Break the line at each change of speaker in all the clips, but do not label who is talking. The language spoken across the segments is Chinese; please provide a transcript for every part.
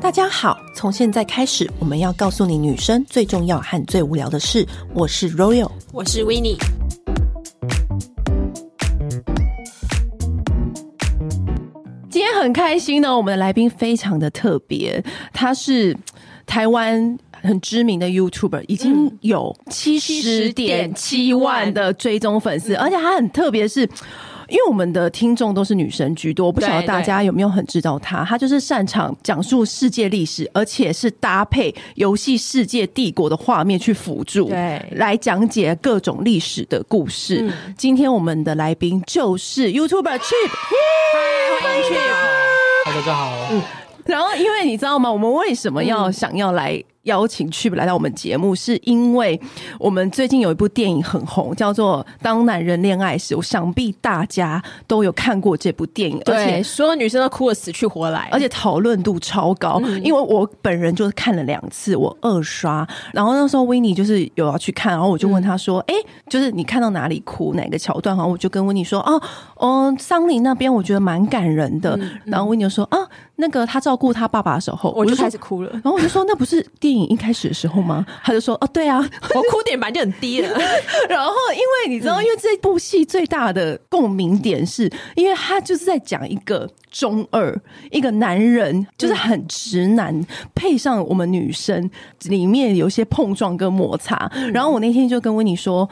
大家好，从现在开始，我们要告诉你女生最重要和最无聊的事。我是 Royal，
我是 w i n n i e
今天很开心哦呢，我们的来宾非常的特别，他是嘖台湾。很知名的 YouTuber 已经有七十点七万的追踪粉丝，而且他很特别，是嘖因为我们的听众都是女生居多，我不晓得
对
大家有没有很知道他，他就是擅长讲述世界历史，而且是搭配游戏世界帝国的画面去辅助，
对嗯
来讲解各种历史的故事。今天我们的来宾就是 YouTuber Chip。
欢迎去。
嗨，大家好。
嗯然后，因为你知道吗？我们为什么要想要来邀请去来到我们节目，是因为我们最近有一部电影很红，叫做《当男人恋爱时》，我想必大家都有看过这部电影，而
对，
且。
所有女生都哭得死去活来，
而且讨论度超高，
嗯
因为我本人就是看了两次，我二刷。然后那时候维尼就是有要去看，然后我就问他说：“哎、
嗯
就是你看到哪里哭，哪个桥段？”然后我就跟维尼说：“哦，哦，桑林那边我觉得蛮感人的。然后维尼就说：“啊，那个他照顾他爸爸的时候，
嗯我就
说
开始哭了，
然后我就说：“那不是电影一开始的时候吗？”他就说：“哦，对啊。
我哭点本来就很低了。”
然后因为你知
嗯
道，因为这部戏最大的共鸣点是，因为他就是在讲一个中二，一个男人就是很直男，
嗯
配上我们女生里面有一些碰撞跟摩擦。
嗯
然后我那天就跟温妮说。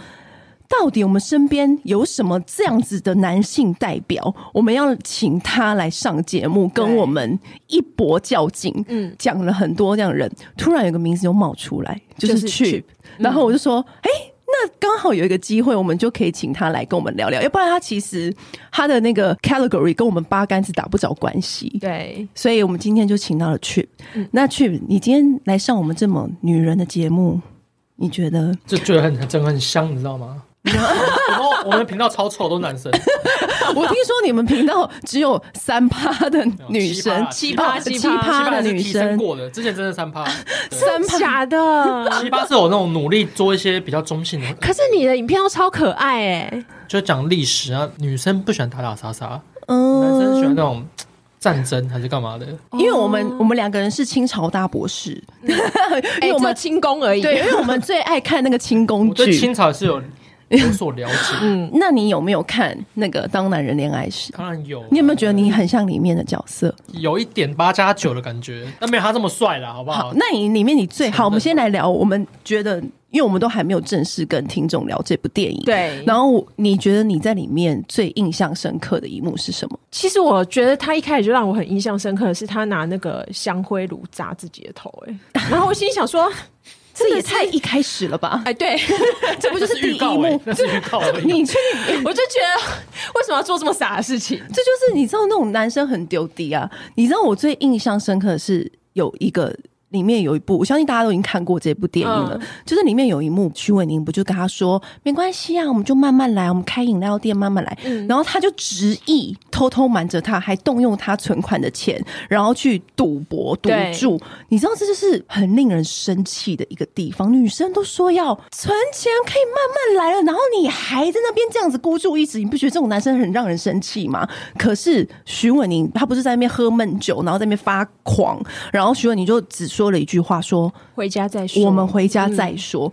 到底我们身边有什么这样子的男性代表？我们要请他来上节目，跟
对
我们一搏较劲。嗯
嗯，
讲了很多这样的人，突然有个名字就冒出来，就
就是是
Chip，
Chip 嗯
然后我就说，哎、那刚好有一个机会，我们就可以请他来跟我们聊聊，要不然他其实他的那个 category 跟我们八竿子打不着关系。
对，
所以我们今天就请到了 Chip。那
嗯
Chip，你今天来上我们这么女人的节目，你觉 得？
就觉得很很真的很香，你知道吗？然后我们的频道超臭，都 男生，
我听说你们频道只有三趴的女生，
七
趴
哦
七趴
七
七
趴
八
的
是
女
提升
生，
过的，之前真的三趴，对
三趴
假的。
七八是我那种努力做一些比较中性的，
可是你的影片都超可爱哎、
就讲历史啊，女生不喜欢打打杀杀，男生喜欢
嗯，
那种战争还是干嘛的，
因为我们我们两个人是清朝大博士，
嗯
因为我们
哎轻功而已
对，因为我们最爱看那个清宫
哎我对
剧。
清朝是有有所 了解，
那你有没有看那个《当男人恋爱时》？
当然有。啊
你有没有觉得你很像里面的角色？
有一点八加九的感觉？但没有他这么帅啦，好不
好
好，？
那你里面你最
承
好，
认
我们先来聊。我们觉得，因为我们都还没有正式跟听众聊这部电影，。
对。然后
然后我你觉得你在里面最印象深刻的一幕是什么？
其实我觉得他一开始就让我很印象深刻的是，他拿那个香灰炉砸自己的头 哎、然后我心里想说，真
这
的
也
是
太一开始了吧？
哎对。
这不就是
是
第
预
一
告欸
幕？
那是预告而 已。
你啊确定？
我就觉得为什么要做这么傻的事情？
这就是你知道那种男生很丢低啊。你知道我最印象深刻的是有一个里面有一部，我相信大家都已经看过这部电影了，就是里面有一幕，徐伟宁不就跟他说没关系啊，我们就慢慢来，我们开饮料店慢慢来。然后他就执意偷偷瞒着他，还动用他存款的钱，然后去赌博赌
对
注。你知道这就是很令人生气的一个地方。女生都说要存钱可以慢慢来了，然后你还在那边这样子孤注一掷，你不觉得这种男生很让人生气吗？可是徐伟宁他不是在那边喝闷酒，然后在那边发狂，然后徐伟宁就只说了一句话说
回家再说。嗯
我们回家再说。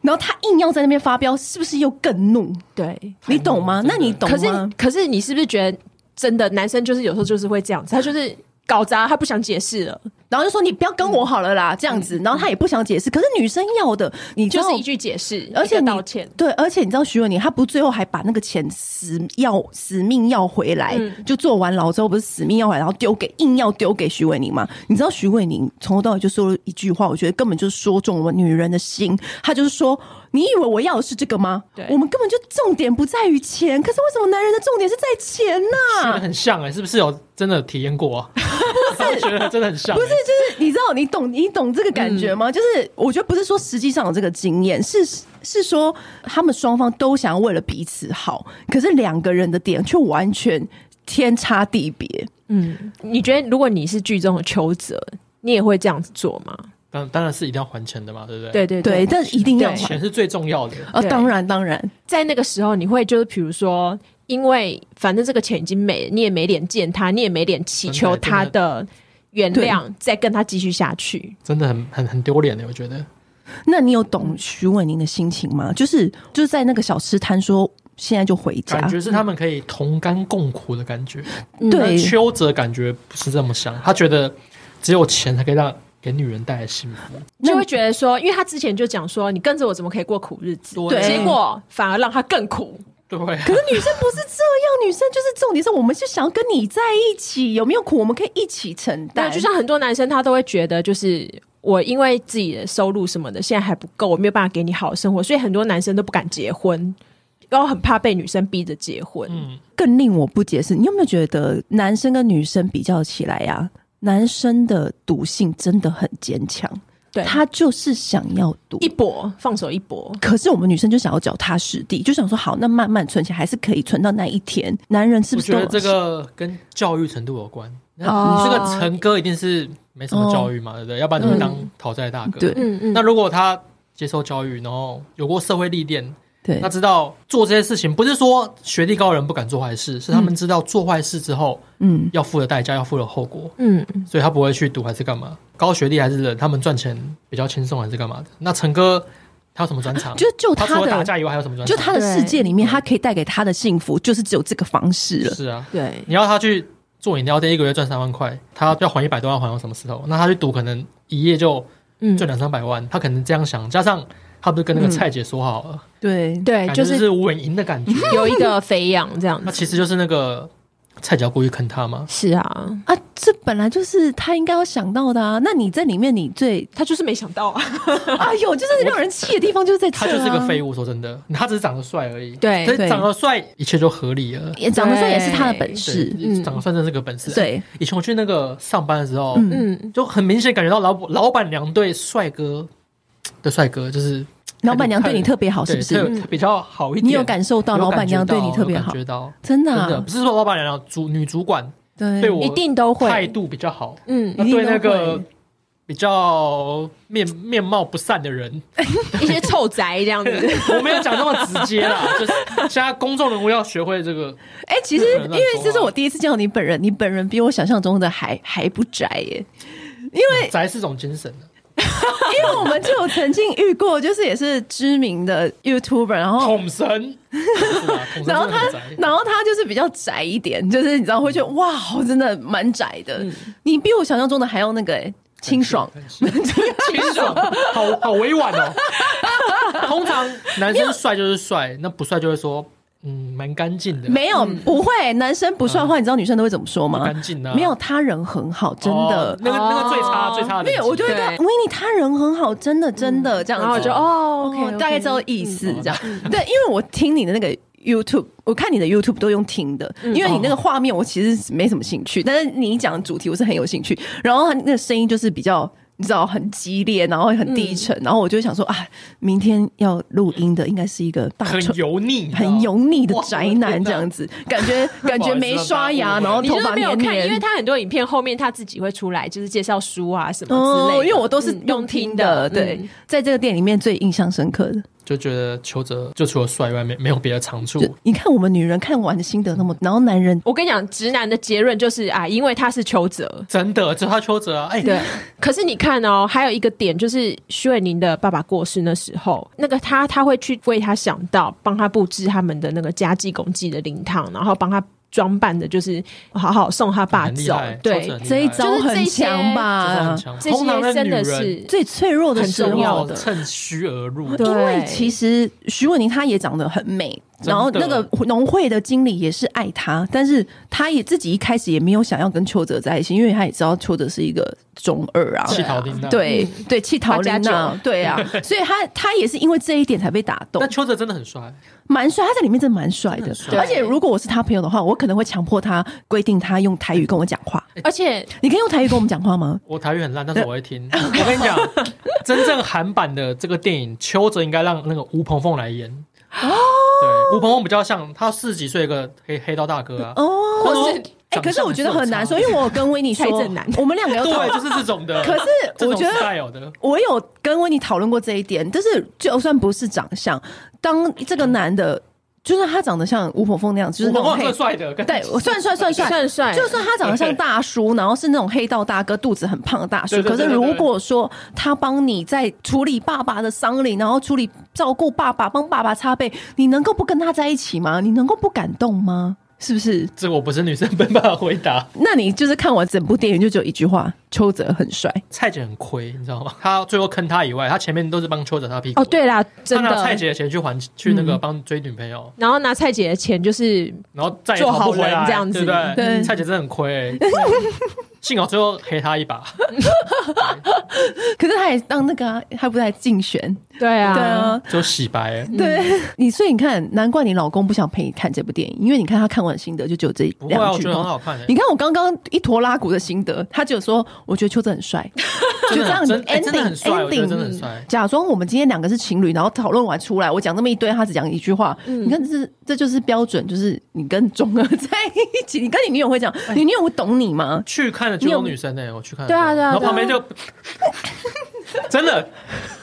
然后他硬要在那边发飙，是不是又更怒？
对，
你懂吗？
真的
那你懂
可是
吗？
可是你是不是觉得真的男生就是有时候就是会这样子，他就是搞砸，他不想解释了，
然后就说你不要跟我好了啦，这样子。然后他也不想解释，可是女生要的，你知
嗯就
道
是一句解释，
而且
一
你
个道歉。
对，而且你知道徐伟宁，他不最后还把那个钱死要死命要回来，
嗯
就坐完牢之后不是死命要回来，然后丢给硬要丢给徐伟宁嘛？你知道徐伟宁从头到尾就说了一句话，我觉得根本就是说中我们女人的心，他就是说。你以为我要的是这个吗？
对
我们根本就重点不在于钱，可是为什么男人的重点是在钱呢、
很像哎、是不是有真的有体 验过啊？我觉得真的很像、欸，不是
就是你知道，你懂你懂这个感
嗯
觉吗？就是我觉得不是说实际上有这个经验，是是说他们双方都想要为了彼此好，可是两个人的点却完全天差地别。
嗯，你觉得如果你是剧中的邱泽，你也会这样子做吗？
当当然是一定要还钱的嘛，对不对？，
对对
对，
对，
但一定要
对
还
钱是最重要的。
啊！
对
当然当然，
在那个时候你会就是比如说。因为反正这个钱已经没了，你也没脸见他，你也没脸祈求
真的
他
真
的原谅，再跟他继续下去。
真的很很很丢脸的，我觉得。
那你有懂徐伟宁的心情吗？就是就是在那个小吃摊说现在就回家，
感觉是他们可以同甘共苦的感觉。但
对
邱泽感觉不是这么想，他觉得只有钱才可以让给女人带来幸福。
就会觉得说，因为他之前就讲说，你跟着我怎么可以过苦日子？
对
结果反而让他更苦。
对，
可是女生不是这样，女生就是重点是我们是想要跟你在一起，有没有苦我们可以一起承
对，啊
担，
就像很多男生他都会觉得，就是我因为自己的收入什么的现在还不够，我没有办法给你好的生活，所以很多男生都不敢结婚，然后很怕被女生逼着结婚。
嗯，
更令我不解是，你有没有觉得男生跟女生比较起来呀、男生的赌性真的很坚强，
对他
他就是想要赌
一。搏，放手一搏。
可是我们女生就想要脚踏实地，就想说好，那慢慢存钱还是可以存到那一天。男人是
我
不是
觉
都
得这个跟教育程度有关。那
哦
你这个陈哥一定是没什么教育嘛，对不对？要不然你会当讨债大哥。
嗯对
嗯嗯
那如果他接受教育，然后有过社会历练，
对
他知道做这些事情不是说学历高的人不敢做坏事，是他们知道做坏事之后
嗯
要付的代价，要付的后果，
嗯，
所以他不会去赌还是干嘛。高学历还是人，他们赚钱比较轻松还是干嘛的？那陈哥他有什么专长？
啊就就
他除了打
的
架以外还有什么专
就
长？
他的世界里面，他可以带给他的幸福就是只有这个方式了。
是啊，
对，
你要他去做饮料店，一个月赚三万块，他要还一百多万，还有什么石头？那他去赌，可能一夜就
嗯
赚两三百万，他可能这样想，加上他不是
嗯
跟那个蔡姐说好了，
对
对，
感
就
觉
是
是无人赢的感觉。
有一个肥羊这样
那
子。
其实就是那个蔡姐要故意坑他嘛，
是啊，
啊，这本来就是他应该要想到的啊。那你在里面，你 最
他就是没想到啊。
哎呦，就是让人气的地方就是在这、
他
啊，
就是个废物。说真的，他只是长得帅而 已。
对
所以
对
长得帅一切就合理了。
也长得帅也是他的本事。
对长得帅真的是个本事。，
嗯对，
以前我去那个上班的时候，
嗯
嗯，
就很明显感觉到老老板娘对帅哥的帅哥就是
老板娘对你特别好，哦是
对
不是？嗯
特特比较好一点。
你有感受到老板娘对你特别好
有感，觉到
真的
真的
啊
不，是说老板娘主女主管对
对，
我
一定都会。
态度比较好，
嗯，
那
一定
对
都
那个
会
比较面面貌不善的人，
一些臭宅 这样子。
我没有讲那么直接 啦，就是现在公众人物要学会这个，
哎，其实
不
因
能乱
为
说
这是
话
我第一次见到你本人，你本人比我想象中的还还不宅 耶。因为
宅是种精神啊的，
因为我们就有曾经遇过，就是也是知名的 YouTuber，然后
统神，是吧统神
哦然后
哦真的
他
很宅，
然后他就是比较宅一点，就是你知道会觉得哇，真的蛮宅的。你比我想象中的还要那个、欸、清爽，
嗯很是很是清爽，好好委婉哦。 通常男生帅就是帅，那不帅就会说，嗯，蛮干净的，
没有、
嗯
不会，男生不帅的话，你知道女生都会怎么说吗？
干净啊，
没有他人很好，真的
哦。那个那个最差最差的
没
等级，
有，我就会跟维
对
尼他人很好，真的真的这样子，
嗯然后我就哦
哦
，OK， 嗯
大概知道意思这样。对，因为我听你的那个 YouTube，我看你的 YouTube 都用听的，
嗯
因为你那个画面我其实是没什么兴趣，
哦
但是你讲的主题我是很有兴趣。然后他那个声音就是比较。你知道很激烈，然后很低
嗯
沉，然后我就想说啊，明天要录音的应该是一个大
很
臭
油腻，
很油腻的
哇
宅
我的天
男
哪
这样子，感 觉感觉没刷牙，然
不好
后
你就
头
是
发
没有
黏
看，
黏，
因为他很多影片后面他自己会出来，就是介绍书啊什么之
哦，
类的。
因为我都是
嗯
用听的，对，在这个店里面最印象深刻的，
就觉得邱泽就除了帅以外，没没有别的长处。
就你看我们女人看完的心得那么，然后男人
我跟你讲，直男的结论就是啊，因为他是邱泽。
真的，只有他邱泽啊！哎、
对，可是你看哦，还有一个点就是徐伟宁的爸爸过世那时候，那个他他会去为他想到，帮他布置他们的那个家祭公祭的灵堂，然后帮他装扮的，就是好好送他爸
很厉
走
害，。
对
邱，泽很厉害
这一招
就是这
很
些
强吧
邱？
啊
泽很强
这
通常
些真
女
的
人
是
最脆弱的时
很重要
候
要
的
趁虚而入，
对
因为其实徐伟宁她也长得很美，
真的
然后那个农会的经理也是爱她，但是她也自己一开始也没有想要跟邱泽在一起，因为她也知道邱泽是一个中二啊，
气逃丁娜。，
对对，气桃
八加
林娜
九，
对 啊，所以她她也是因为这一点才被打动
但。邱泽真的很帅，
蛮帅，他在里面真的蛮帅的
真的很。帅
而且如果我是他朋友的话，我可能会强迫他规定他用台语跟我讲话。
而且
你可以用台语跟我们讲话 吗？
我台语很烂，但是我会听。我跟你讲，真正韩版的这个电影，邱泽应该让那个吴鹏凤来演。
哦
对，吴鹏凤比较像他四十几岁一个黑黑道大哥啊，
哦，
或
是
哎、可是我觉得很难说，因
为
为我有跟维尼说
蔡正南，
我们两个要讨
对，就是这种的。
可是
这
我
种
觉得
style 的，
我有跟维尼讨论过这一点，但是就算不是长相，当这个男的就是他长得像吴鹏凤那样，就是那
我
种
忘
黑
了，帅的，跟
对，我算帅帅帅，
算
哎
帅，
就算他长得像大叔，然后是那种黑道大哥，肚子很胖的大叔，
对对
可是
对对
如
对
果说他帮你在处理爸爸的丧礼，然后处理照顾爸爸，帮爸爸擦背，你能够不跟他在一起吗？你能够不感动吗？是不是？
这个我不是女生，没办法回答。
那你就是看完整部电影就只有一句话：邱泽很帅。
蔡姐很亏，你知道吗？她最后坑他以外，她前面都是帮邱泽擦屁股。
哦，，对啦，
她
真
拿蔡
的。
姐的钱去还去那
嗯
个帮追女朋友，
然后拿蔡姐的钱，就是
然后再也逃不回
做好人
来，
这样子
对不对？
对
蔡姐真的 很亏，幸好最后黑她一把。
可是他也当那个、啊，他不是在竞选？
对啊，
对啊，
就洗白，
对你，所以你看，难怪你老公不想陪你看这部电影，因为你看他看完心得就只有这
不会啊，
两
我
句
觉得很
话。
好看诶、
你看我刚刚一坨拉骨的心得，他就说我觉得邱泽很帅，就
真的
这样
真哎真的
ending
很帅我觉得真的很
ending，
帅
假装我们今天两个是情侣，然后讨论完出来，我讲那么一堆，他只讲一句话，你看这这就是标准，就是你跟中儿在一起，你跟你女友会讲，你女友会懂你吗？
去看了九种女生呢、欸我去看了
对啊
九种
对啊
然后
对啊
旁边就 真的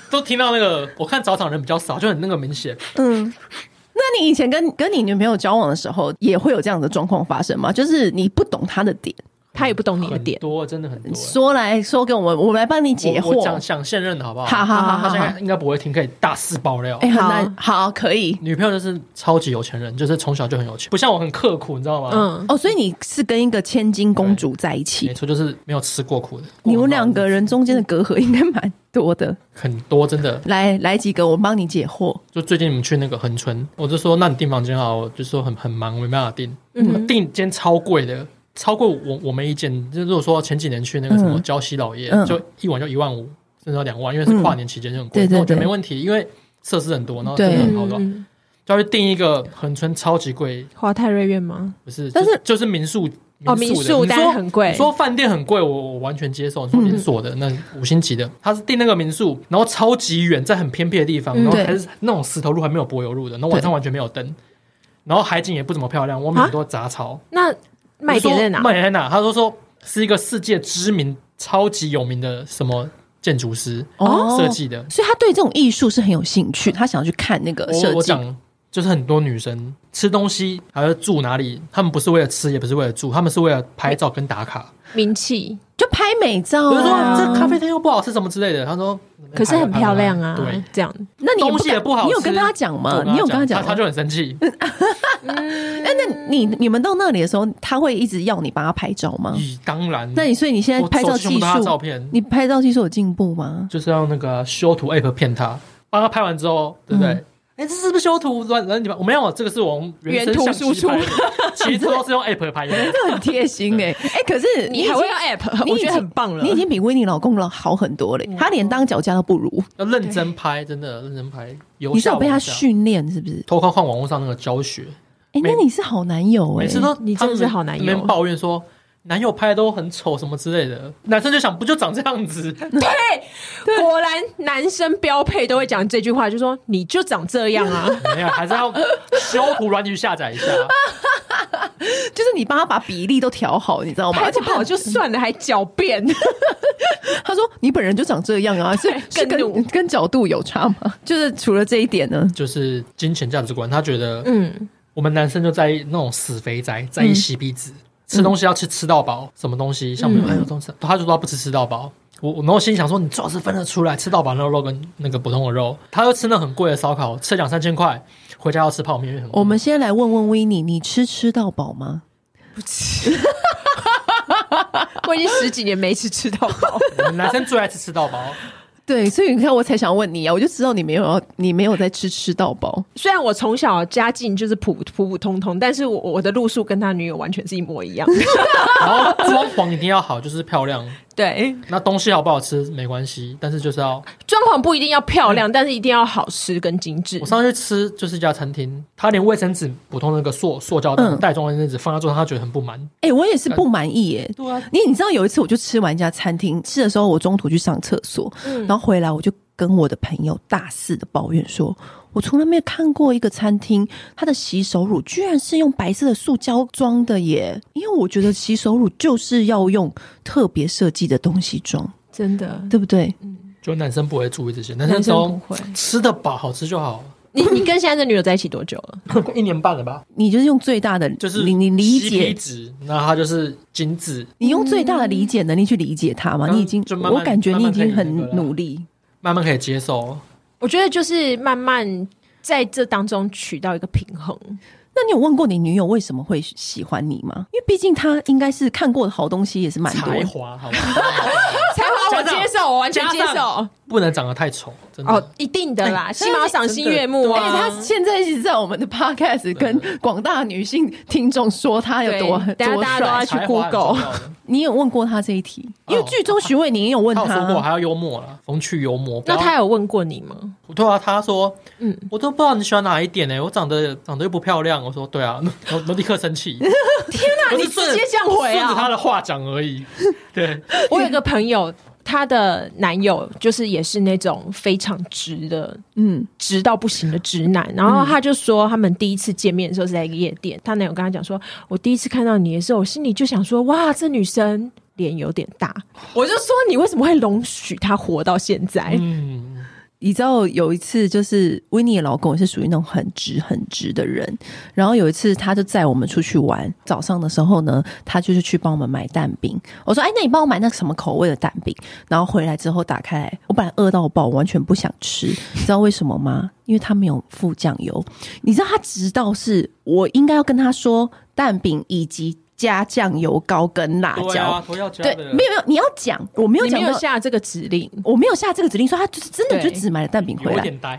都听到那个，我看早场人比较少，就很那个明显。
嗯，那你以前跟跟你女朋友交往的时候，也会有这样的状况发生吗？就是你不懂她的点，
他也不懂你的
很
点，
多真的很多、欸。
说来说给我们，我们来帮你解
我我讲
惑。
想现任的好不好？
好好好好
他现
好
在应该不会听，可以大肆爆料。
哎、很难，好，可以。
女朋友就是超级有钱人，就是从小就很有钱，不像我很刻苦，你知道吗？嗯，
嗯，
哦，所以你是跟一个千金公主在一起
没，错，就是没有吃过苦的。
你们两个人中间的隔阂应该蛮多的。
很多真的，
来来几个，我帮你解惑。
就最近我们去那个恒春，我就说那你订房间好，我就说很很忙，我没办法订，
嗯
订间超贵的，超过我我没意见。就如果说前几年去那个什么
嗯
礁溪老爷，
嗯
就一晚就一万五，甚至到两万，因为是跨年期间就很
嗯
贵，
对对
那我觉得
对
没问题，因为设施很多，然后真的
对
很好的话，
嗯
就要去订一个恒春超级贵，
华泰瑞苑吗？
不是，
但是
就就是民宿
哦，民宿
的你
当
说
然很贵
你，说饭店很贵，我我完全接受。你说连锁的、那五星级的，他是订那个民宿，然后超级远，在很偏僻的地方，
嗯
然后
对
还是那种石头路，还没有柏油路的，然后晚上完全没有灯，然后海景也不怎么漂亮，外面很多杂草。
那卖点在哪
我？说卖点在哪？他说说是一个世界知名、超级有名的什么建筑师
哦
设计的。
所以他对这种艺术是很有兴趣，他想要去看那个
我
设
我
计。
讲。就是很多女生吃东西还是住哪里，她们不是为了吃，也不是为了住，她们是为了拍照跟打卡。
名气
就拍美照、
我就说
啊，
这咖啡厅又不好吃，什么之类的。他说，
可是很漂亮啊
对，，
这样
那你
东西
敢
也不好吃
你有跟他讲吗
我？
你有跟他讲吗？
他
嗯
他就很生气。
哎，那你你们到那里的时候，他会一直要你帮他拍照吗？
咦，当然，
那你所以你现在
我
拍照
手机全
技
部都是他的照
术，
片
你拍照技术有进步 吗？
就是要那个修图 app 骗他，帮他拍完之后，对不对？
嗯
哎，这是不是修图软软体吧？我没有，啊这个是我们原生相机拍的
原图，
其实都 是用 app 拍的。
这很贴心哎、哎、可是已
你
经
还会用 app，
你已
我觉
经
得很棒了。
你已经比威尼老公了好很多
嗯
嘞、他连当脚架都不如。
要认真拍，真的认真拍。由
你是
下
有被他
往下，
训练是不是？
偷看看网络上那个教学，
哎、那你是好男友哎、
每次都
你
他
真的是
们
好男友
那边抱怨说男友拍的都很丑什么之类的，男生就想不就长这样子，
果然男生标配都会讲这句话，就说你就长这样啊。
没有，还是要修图软体下载一下。
就是你帮他把比例都调好，你知道吗？
拍
而且
不好
他
就算了，还狡辩，
他说你本人就长这样 啊，是是
更怒
跟跟角度有差吗？就是除了这一点呢，
就是金钱价值观，他觉得
嗯，
我们男生就在意那种死肥宅，在意吸鼻子，吃东西要吃吃到饱，什么东西像我们还有东西，他就说他不吃吃到饱。我我然后心想说，你最好是分得出来吃到饱那个肉跟那个普通的肉。他又吃那很贵的烧烤，吃两三千块，回家要吃泡面，因为很贵
我们先来问问威尼，你吃吃到饱吗？
我已经十几年没吃吃到饱，
我们男生最爱吃吃到饱，
对，所以你看，我才想问你啊，我就知道你没有要，你没有在吃吃到饱。
虽然我从小家境就是普普普通通，但是我我的路数跟他女友完全是一模一样。
然后装潢一定要好，就是漂亮。
对，
那东西好不好吃没关系，但是就是要
装潢不一定要漂亮，但是一定要好吃跟精致
我。上次去吃就是一家餐厅，他连卫生纸普通那个塑塑胶袋
嗯
袋装的卫生纸放在桌上，他觉得很不满。
哎、我也是不满意耶、
对啊，
你你知道有一次我就吃完一家餐厅，吃的时候我中途去上厕所，然后回来我就跟我的朋友大肆的抱怨说，我从来没有看过一个餐厅，它的洗手乳居然是用白色的塑胶装的耶，因为我觉得洗手乳就是要用特别设计的东西装，
真的，
对不对？
就男生不会注意这些，男
男
生只
生不
要
会。
吃得饱，好吃就好。
你你跟现在这女友在一起多久了？
一年半了吧？
你就是用最大的，
就是
你你理
CP
解，
值，那它就是金子，
你用最大的理解能力去理解他嘛？
嗯
你已经
就，慢慢
我感觉你已经
慢慢可以
很
那个了
努力。
慢慢可以接受。
我觉得就是慢慢在这当中取到一个平衡。
那你有问过你女友为什么会喜欢你吗？因为毕竟她应该是看过的好东西也是蛮多
才
的。
华，好 吧，
才华我
加上
接受，我完全
加
接
上
受。
不能长得太丑，真的。
哦，一定的 啦，起码赏心悦目
而且
啊
她。现在一直在我们的 podcast 跟广大女性听众说她有多
对大家
多
大家都要
帅。
去
才华很
Google
重要的
你有问过她这一题？因为
哦
剧中徐伟宁也有问
他有说过
她，啊
还要幽默啦，风趣幽默。不
那
要
他有问过你 吗？
对啊，他说，
嗯
嗯，我都不知道你喜欢哪一点呢、欸我长得长得又不漂亮。我说，对啊， 我我立刻生气。天哪
你直接这样回啊
顺着他的话讲而已。对，
我有一个朋友，她的男友就是也是那种非常直的，
嗯，
直到不行的直男。然后他就说，他们第一次见面的时候是在一个夜店，她男友跟她讲说，我第一次看到你的时候，我心里就想说，哇，这女生脸有点大。我就说，你为什么会容许她活到现在？
嗯，
你知道有一次，就是维尼的老公也是属于那种很直很直的人。然后有一次，他就载我们出去玩，早上的时候呢，他就是去帮我们买蛋饼。我说：“哎，那你帮我买那个什么口味的蛋饼？”然后回来之后打开来，我本来饿到爆，我完全不想吃，你知道为什么吗？因为他没有附酱油。你知道他直到是我应该要跟他说蛋饼以及加酱油膏跟辣
对
椒。
啊，都要加
对，
的。
没有没有，你要讲，我没有
你没
讲
有
到，
下这个指令，
我没有下这个指令，说他就是真的就
对
只买了蛋饼回
有
来。
点呆，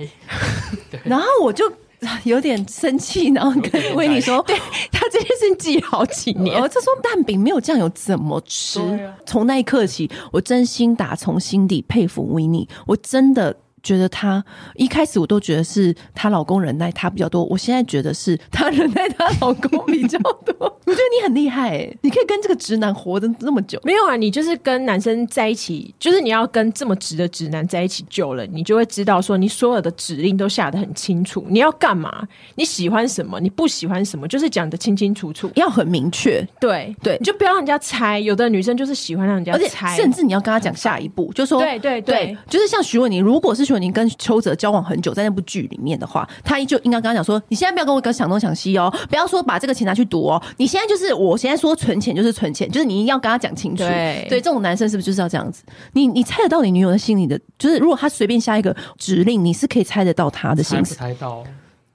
然后我就啊有点生气，然后跟维尼说。
对 他这件事记好几年
我。就说蛋饼没有酱油怎么吃
对啊？
从、那一刻起，我真心打从心底佩服维尼。我真的觉得她一开始我都觉得是她老公忍耐她比较多，我现在觉得是她忍耐她老公比较 多。我觉得你很厉害、欸，你可以跟这个直男活得那么久。
没有啊，你就是跟男生在一起，就是你要跟这么直的直男在一起久了，你就会知道说，你所有的指令都下得很清楚，你要干嘛，你喜欢什么，你不喜欢什么，就是讲得清清楚楚。
要很明确，
对
对
你就不要让人家猜。有的女生就是喜欢让人家
而且
猜，
甚至你要跟他讲下一步，就说
对对对
对，就是像徐伟宁，如果是徐伟宁跟邱泽交往很久，在那部剧里面的话，他就应该跟他讲说：“你现在不要跟我跟想东想西哦，不要说把这个钱拿去赌哦，你现在就是我现在说存钱就是存钱，就是你一定要跟他讲清楚。
对
对，这种男生是不是就是要这样子？你你猜得到你女友的心里的，就是如果他随便下一个指令，你是可以猜得到他的
猜
心
不
思，
猜到？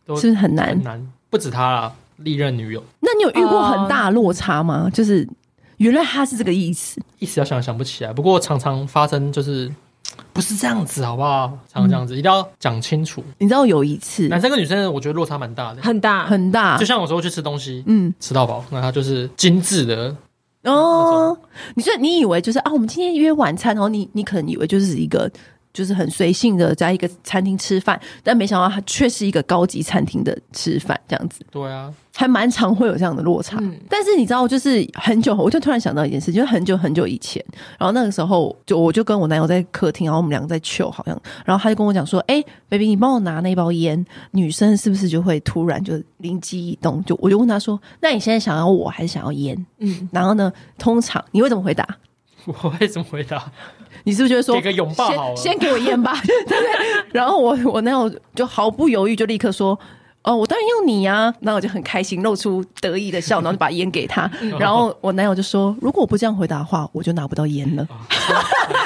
都
是不是很难？
很难，不止他啦，历任女友
那你有遇过很大的落差吗？就是原来他是这个意思，
一时要想想不起来。不过常常发生，就是不是这样子，好不好？常常这样子，一定要讲清楚。
你知道有一次
男生跟女生，我觉得落差蛮大的。
很大。
很大
就，像有时候去吃东西，
嗯。
吃到饱，那他就是精致的，
哦，你说你以为就是啊，我们今天约晚餐，然后你你可能以为就是一个就是很随性的在一个餐厅吃饭，但没想到它却是一个高级餐厅的吃饭，这样子
对啊，
还蛮常会有这样的落差。
嗯
但是你知道，就是很久，我就突然想到一件事，就是很久很久以前，然后那个时候就我就跟我男友在客厅，然后我们两个在 chill 好像，然后他就跟我讲说：“哎、b
嗯
a b y 你帮我拿那包烟。”女生是不是就会突然就灵机一动？就我就问他说：“那你现在想要我还是想要烟？”
嗯，
然后呢，通常你会怎么回答？
我会怎么回答？
你是不是就会说
给个拥抱好了
先先给我烟 吧，对不对？然后我我男友就毫不犹豫就立刻说。哦，我当然要你呀、然后我就很开心，露出得意的笑，然后就把烟给他。
嗯
然后我男友就说：“如果我不这样回答的话，我就拿不到烟了。
嗯 蛮聪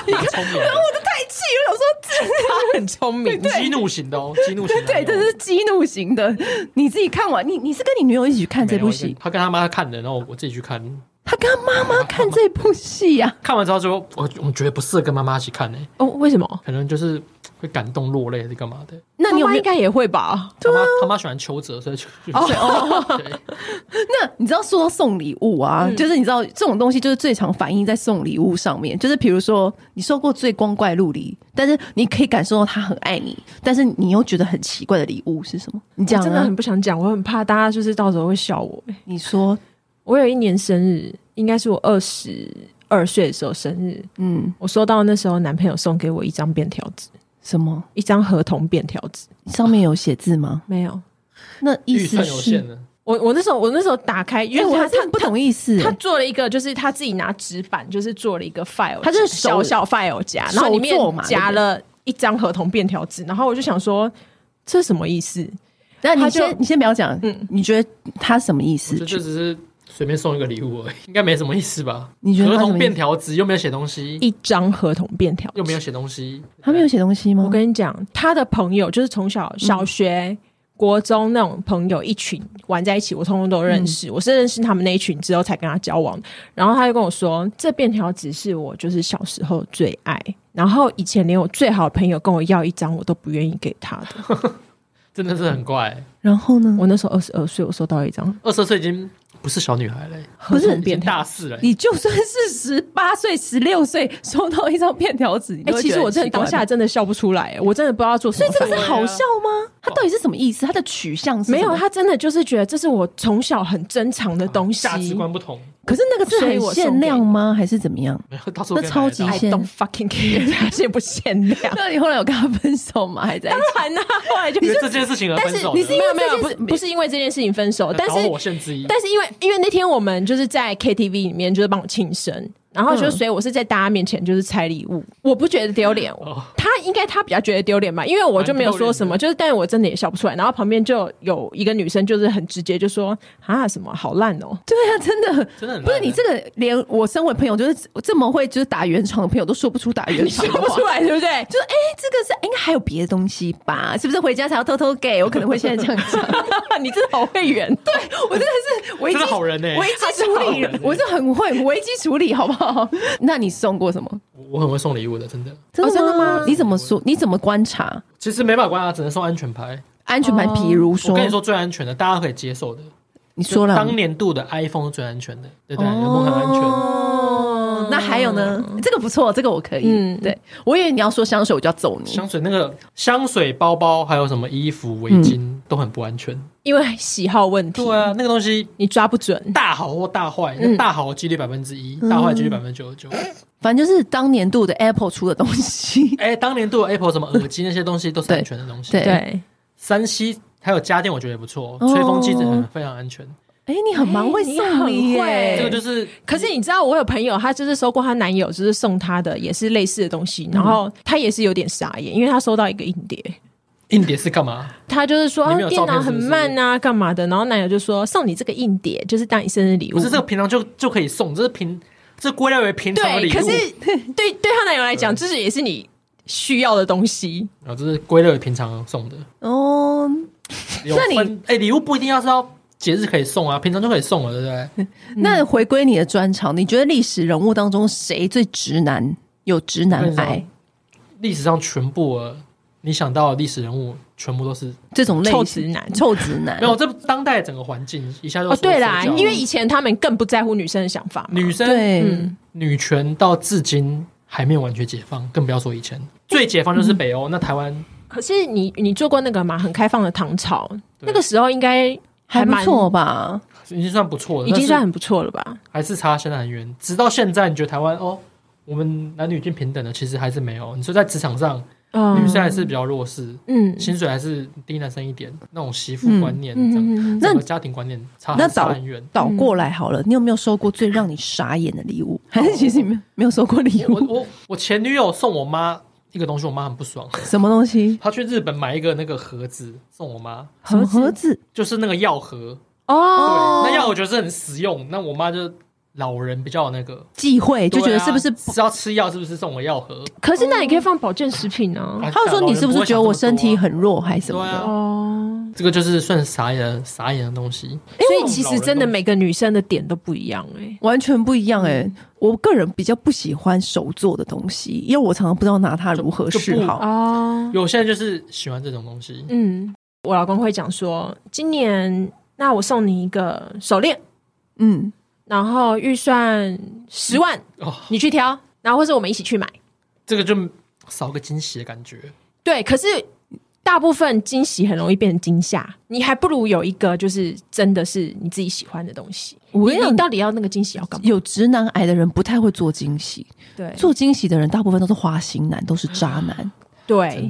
明的，
太气了，我说
他很聪明，
激怒型的哦，激怒型的。
对，这是激怒型的。你自己看完，你你是跟你女友一起去看这部
没有
戏，
他跟他妈看的，然后我自己去看，
他跟他妈妈看这部戏啊呀、
看完之后就哦我我觉得不适合跟妈妈一起看呢、
哦，为什么？
可能就是会感动落泪是干嘛的？
那
那
你
你
有
妈
没有？
应该也会吧？
啊
他妈他妈喜欢邱泽，所以就哦， 对，
那你知道说到送礼物啊，就是你知道这种东西就是最常反映在送礼物上面，就是比如说你收过最光怪陆离，但是你可以感受到他很爱你，但是你又觉得很奇怪的礼物是什么？你讲
我真的
啊
很，不想讲，我很怕大家就是到时候会笑我。
你说，
我有一年生日，应该是我二十二岁的时候生日，
嗯，
我收到那时候男朋友送给我一张便条纸，
什么？
一张合同便条纸，
上面有写字吗？
没有。
那意
预
思
算有限
是？
的，
我我那时候我那时候打开，因
因为
为
哎我
他
还
他
是不懂意思、
他
欸。
做了一个，就是他自己拿纸板，就是做了一个 file，
他就是
小
手
小 file 夹，然后里面
手做嘛
夹了一张合同便条纸，然后我就想说。这什么意思？
那你
他就
先你先不要讲，
嗯
你觉得他什么意思
我觉？得这只是随便送一个礼物而已，应该没什么意思吧？
你觉得
合
他什
同
么意
便
思？
条纸又没有写东西，
一张合同便条
又没有写东西，
他没有写东西吗？
我跟你讲，他的朋友就是从小小学、
嗯
国中那种朋友一群玩在一起，我通通都认识。
嗯
我是认识他们那一群之后才跟他交往。然后他就跟我说，这便条纸是我就是小时候最爱。然后以前连我最好的朋友跟我要一张，我都不愿意给他
嗯
的。
真的是很怪。
然后呢？
我那时候二十二岁，我收到一张
二十岁已经不是小女孩了，
合
不是
同
已经
便条
大四了。
你就算是十八岁、十六岁收到一张便条纸，你
哎、
都会
其
觉
实
得
我
很
真的
奇怪
当下
吗，
真的笑不出来，我真的不知道做什
所以
么
这
反应。
个是好笑吗？啊它到底是什么意思？它的取向是
没有，
什么
他真的就是觉得这是我从小很珍藏的东西。
价值观不同，
可是那个是
所以
很
我送
限
给
量
你
吗？还是怎么样？
没有到时候
那
可以买
超
得
级
到
I don't fucking care，他现不限 量。
那你后来有跟他分手吗？还在一起？
当 然啦，后来就
因为这件事情而分手的。呃
但是你是因呃
没
为这
有没有，不
件
是
事
不是因为这件事情分手，但是
导火线之一，
但是因为因为那天我们就是在 KTV 里面就是帮我庆生，然后就
嗯
所以我是在大家面前就是拆礼物，我不觉得丢脸，
哦
他应该他比较觉得丢脸吧，因为我就没有说什么，
蛮
就是但我真的也笑不出来，然后旁边就有一个女生就是很直接就说啊什么好烂 哦，
对啊，真的
真的很烂
不是你这个，连我身为朋友，就是这么会就是打圆场的朋友，都说不出打圆
你
场
笑
的
不
话
出。来对不对？
就是哎、这个是哎应该还有别的东西吧？是不是回家才要偷偷给？我可能会现在这样讲。
你真的好会圆，对
我真的是危机
真的好人欸
危机处理
他是好人欸
人，我是很会危机处理，好不好？那你送过什么？哦
我我很会送礼物的，真的。
真
真的吗
你怎么说？你怎么观察？
其实没把关啊，只能送安全牌。
安全牌，
哦
比如说，
我跟你说最安全的，大家可以接受的，
你说了，
当年度的 iPhone 是最安全的，对不对？有没有很安全？
哦，那还有呢？这个不错，这个我可以。
嗯
对，我以为你要说香水，我就要揍你。
香水那个香水包包，还有什么衣服、围巾
嗯
都很不安全。
因为喜好问题，
对啊，那个东西
你抓不准。
大好或大坏，
嗯
那大好的几率百分之一，大坏的几率百分之九十九。。
反正就是当年度的 Apple 出的东西
哎，当年度的 Apple 什么耳机那些东西都是安全的东西。
对
对，
三 C 还有家电，我觉得也不错，
哦
吹风机真的很非常安全。
哎，你很蛮会送礼
哎
耶，
这个就是
可是你知道，我有朋友，她就是收过她男友，就是送她的也是类似的东西，
嗯
然后她也是有点傻眼，因为她收到一个硬碟，
硬碟是干嘛？
她就是说、
你
啊
没有
电
照片
脑
是
很
不是
慢啊，干嘛的？然后男友就说送你这个硬碟，就是当你生日礼物。
不是这个平常就就可以送，这是平这归类为平常的
对，
礼物，
可是对对她男友来讲，这是也是你需要的东西。
然哦后这是归类为平常送的。
哦，
有
那你
分哎，礼物不一定要是要节日可以送啊，平常就可以送了，对不对？
那回归你的专长，你觉得历史人物当中谁最直男？有直
我跟
男
你
癌
说历史上全部呃你想到的历史人物，全部都是
这种类
臭
型
直男
臭直男
没有这当代整个环境一下就
哦，对啦，
塑造
因为以前他们更不在乎女生的想法嘛。
女生
对，
嗯，
女权到至今还没有完全解放，更不要说以前最解放就是北欧，那台湾
可是你你做过那个嘛，很开放的唐朝，
对
那个时候应该
还不
蛮
错吧？
已经算不错了，
已经
但
算
是
很不错了吧？
还是差现在很远。直到现在，你觉得台湾哦，我们男女已经平等了，其实还是没有。你说在职场上，
嗯
女生还是比较弱势，
嗯
薪水还是低男生一点，那种媳妇观念，这样
嗯
那
整个家庭观念差
那
差
早
很远。
倒过来好了，你有没有收过最让你傻眼的礼物？ 还是其实你没有没有收过礼
我
物？
我我前女友送我妈一个东西，我妈很不爽，
什么东西？
她去日本买一个那个盒子送我妈，
什么盒子？
就是那个药盒。
哦，
对，那药我觉得是很实用。那我妈就老人比较有那个，
忌讳，就觉得
对啊
是不是？
是要吃药？是不是送我药盒？
可是那也可以放保健食品啊。
他就说你是不是觉得我身体很弱，还是什么
对
的？
啊？
哦，
这个就是算傻眼的傻眼的东西。
所以其实真的每个女生的点都不一样哎、
完全不一样哎、我个人比较不喜欢手做的东西，因为我常常不知道拿它如何是好。
哦，
有些人就是喜欢这种东西，
嗯，我老公会讲说，今年那我送你一个手链，
嗯，
然后预算十万，
哦
你去挑，然后或是我们一起去买。
这个就少个惊喜的感觉。
对，可是大部分惊喜很容易变成惊吓，你还不如有一个就是真的是你自己喜欢的东西。
我跟
你
你
你
讲，
到底要那个惊喜要干嘛？
有直男癌的人不太会做惊喜，
对
做惊喜的人大部分都是花心男，都是渣男。
真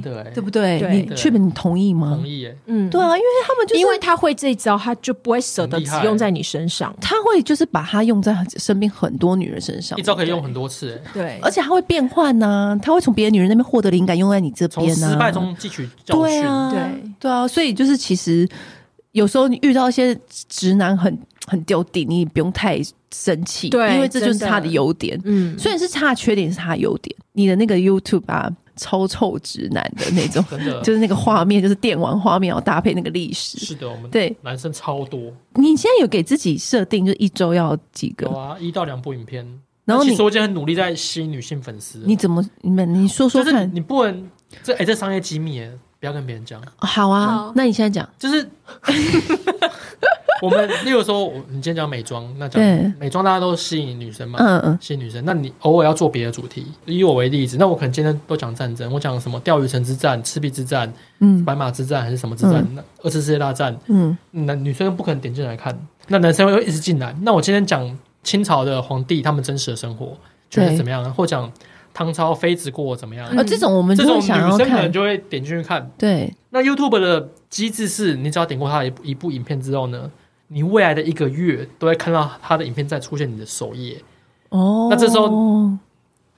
对，
的哎，
对不对？
对
你
对
剧本你同意吗？
同意哎，
嗯，
对啊，因为他们就是
因为他会这一招，他就不会舍得
很厉
只
害
用在你身上。
他会就是把它用在身边很多女人身上
一，招可以用很多次哎，
对，
而且他会变换呢、他会从别的女人那边获得灵感，用在你这
从
边呢、
失败中汲取教
对
训。，
啊，
对
对啊，所以就是其实有时候你遇到一些直男很很丢地，你也不用太生气，
对
因为这就是
真的
他的优点。
嗯，
虽然是他的缺点，是他的优点。你的那个 YouTube 啊，超臭直男的那种
真 的
就是那个画面，就是电玩画面，然后搭配那个历史。
是的，我们
对
男生超多，
你现在有给自己设定，就一周要几个
有？啊，一到两部影片。
然后
那其
你
实我已经很努力在吸引女性粉丝了，
你怎么你们你说说
就是
看？
你不能这哎、这商业机密耶，不要跟别人讲。
好啊
好，
那你现在讲，
就是 我们，例如说，我你今天讲美妆，那讲
对
美妆大家都吸引女生嘛，
嗯嗯，
吸引女生。那你偶尔要做别的主题，以我为例子，那我可能今天都讲战争，我讲什么钓鱼城之战、赤壁之战、
嗯
白马之战还是什么之战、那二次世界大战，
嗯，
那女生不可能点进来看，那男生会一直进来。那我今天讲清朝的皇帝他们真实的生活觉得
对
怎么样，或讲唐朝妃子过怎么样，
嗯
啊，这种我们
这
就
种
会
女
想要
生可能
看，
就会点进去看。
对，
那 YouTube 的机制是你只要点过他的一部一部影片之后呢，你未来的一个月都会看到他的影片再出现你的首页。
哦，
那这时候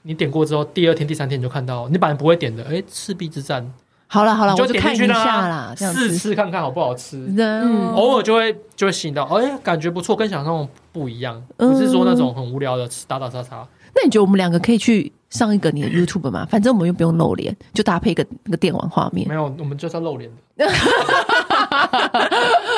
你点过之后，第二天、第三天你就看到，你本来不会点的，哎，赤壁之战，
好了好了，
你
我
就
就
点
看
进
一
去让
下
它
啦，这样
试哦
子，
吃看看好不好吃。
嗯
嗯
偶尔就会就会吸引到，哎，感觉不错，跟想象中不一样，
嗯
不是说那种很无聊的吃打打杀杀。
那你觉得我们两个可以去上一个你的 YouTube 吗？反正我们又不用露脸，就搭配一个那个电玩画面
没。有，我们就是要露脸的。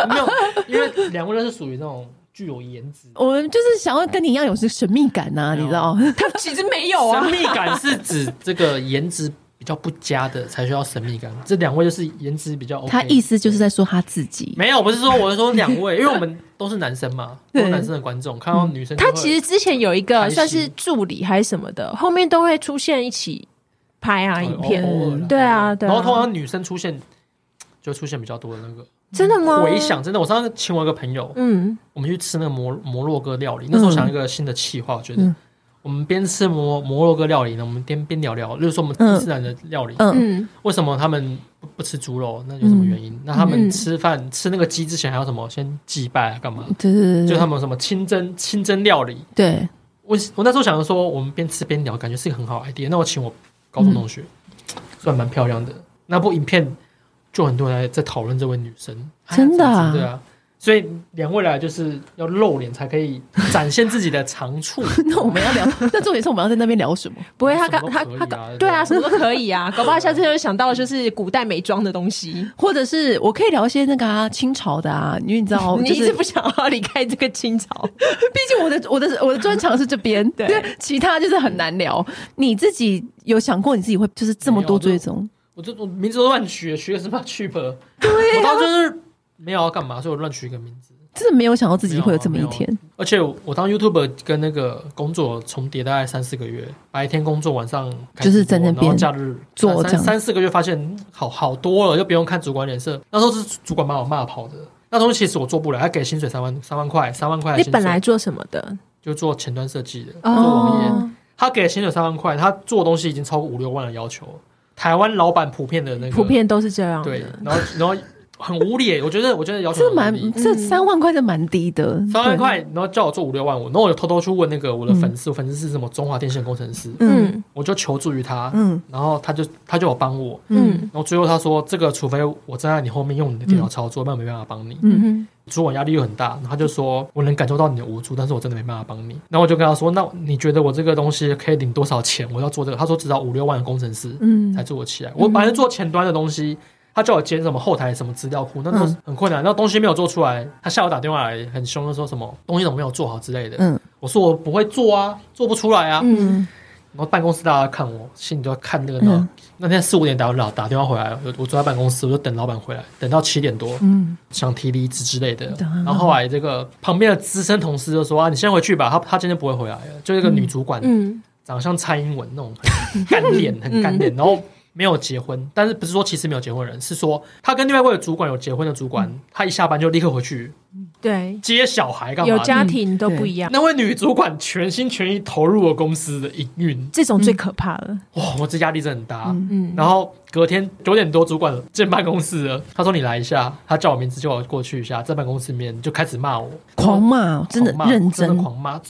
没有，因为两位都是属于那种具有颜值
我们就是想要跟你一样有些神秘感呐、
没有
你知道？
他其实没有啊
神，秘感是指这个颜值比较不佳的才需要神秘感，这两位就是颜值比较 OK。
他意思就是在说他自己。
没有，不是说我是说两位，因为我们都是男生嘛，
对
都是男生的观众，看到女生就
他
会
其实之前有一个
开心
算是助理还是什么的，后面都会出现一起拍啊影片
偶。偶尔啦
对啊对啊
然后通常女生出现就出现比较多的那个
真的吗？
回想，真的，我上次请我一个朋友，
嗯，
我们去吃那个摩摩洛哥料理，那时候想一个新的企划，我觉
嗯
得。我们边吃摩摩洛哥料理呢，我们边边聊聊，就是说我们伊斯兰的料理，
嗯，
嗯
为什么他们不不吃猪肉？那有什么原因？那他们吃饭吃那个鸡之前还有什么先祭拜啊？干嘛？
嗯
对对
就
对
他
对
们有什么清真清真料理？
对，
我我那时候想着说，我们边吃边聊，感觉是一个很好的 idea。那我请我高中同学，算蛮漂亮的。那部影片就很多人在在讨论这位女生，
真的啊
啊，对啊。所以两位来就是要露脸才可以展现自己的长处。
那我们要聊， 那重点是我们要在那边聊什么？
不会，他
什
刚
么都
他
可以
他
啊
刚
对
对啊，
吧
什么都可以啊，搞不好下次就想到的就是古代美妆的东西。
或者是我可以聊一些那个啊清朝的啊，因为你知 道，
你
就
一
是
直不想要离开这个清 朝，
毕竟我的我的我的专长是这边，
对，
其他就是很难聊。你自己有想过你自己会就是这么多追踪？
我就我名字都乱取，取个什么 cheap？对、
啊
我当时就是没有要干嘛，所以我乱取一个名字。
真的没有想到自己会有这么一天。
而且我当 YouTuber 跟那个工作重叠大概三四个月，白天工作，晚上开直
就
播
是在那边
然后假日
做
三
这样
三三四个月，发现嗯好好多了，就不用看主管脸色。那时候是主管把我骂跑的。那东西其实我做不来，他给薪水三万三万块，三万块的
你
薪水。
本来做什么的？
就做前端设计的，做网页。
哦，
他给薪水三万块，他做的东西已经超过五六万的要求。台湾老板普遍的那个
普遍都是这样
对
的，，
然后然后很无理耶，我觉得我觉得要求
这
很无理
蛮这三万块是蛮低的，
三万块，然后叫我做五六万五，然后我就偷偷去问那个我
嗯
的粉丝，我粉丝是什么中华电信工程师，
对，嗯
嗯
我就求助于他，
嗯
然后他就他就有帮我，
嗯
嗯
然后最后他说这个除非我站在你后面用你的电脑操作，不然我没办法帮你。
嗯，
嗯
主管压力又很大，然后他就说我能感受到你的无助，但是我真的没办法帮你。然后我就跟他说，那你觉得我这个东西可以领多少钱？我要做这个，他说至少五六万的工程师，
嗯
才做得起来。我本来是做前端的东西，他叫我接什么后台什么资料库，那都
嗯
是很困难。那东西没有做出来，他下午打电话来很凶的说什么东西怎么没有做好之类的。
嗯
我说我不会做啊，做不出来啊。
嗯，
然后办公室大家看我，心里都在看那个闹。
嗯
那天四五点打老打电话回来，我我坐在办公室，我就等老板回来，等到七点多，
嗯，
想提离职之类的。
对啊
然后后来这个旁边的资深同事就说啊，你先回去吧，他他今天不会
嗯
回来了。就一个女主管，
嗯
嗯
长得像蔡英文那种很干练、很干练，然后没有结婚，但是不是说其实没有结婚的人，是说他跟另外一位主管有结婚的主管，他一下班就立刻回去
对，
接小孩干
有
嘛的？
家庭都不一样，
那位女主管全心全意投入了公司的营运，
这种最可怕了。
哇，我这压力真的很大。
嗯，
然后隔天九点多，主管进办公室了，他说你来一下，他叫我名字，叫我过去一下，在办公室里面就开始骂我，
狂骂，真的
狂骂
认
真的
真，
狂骂，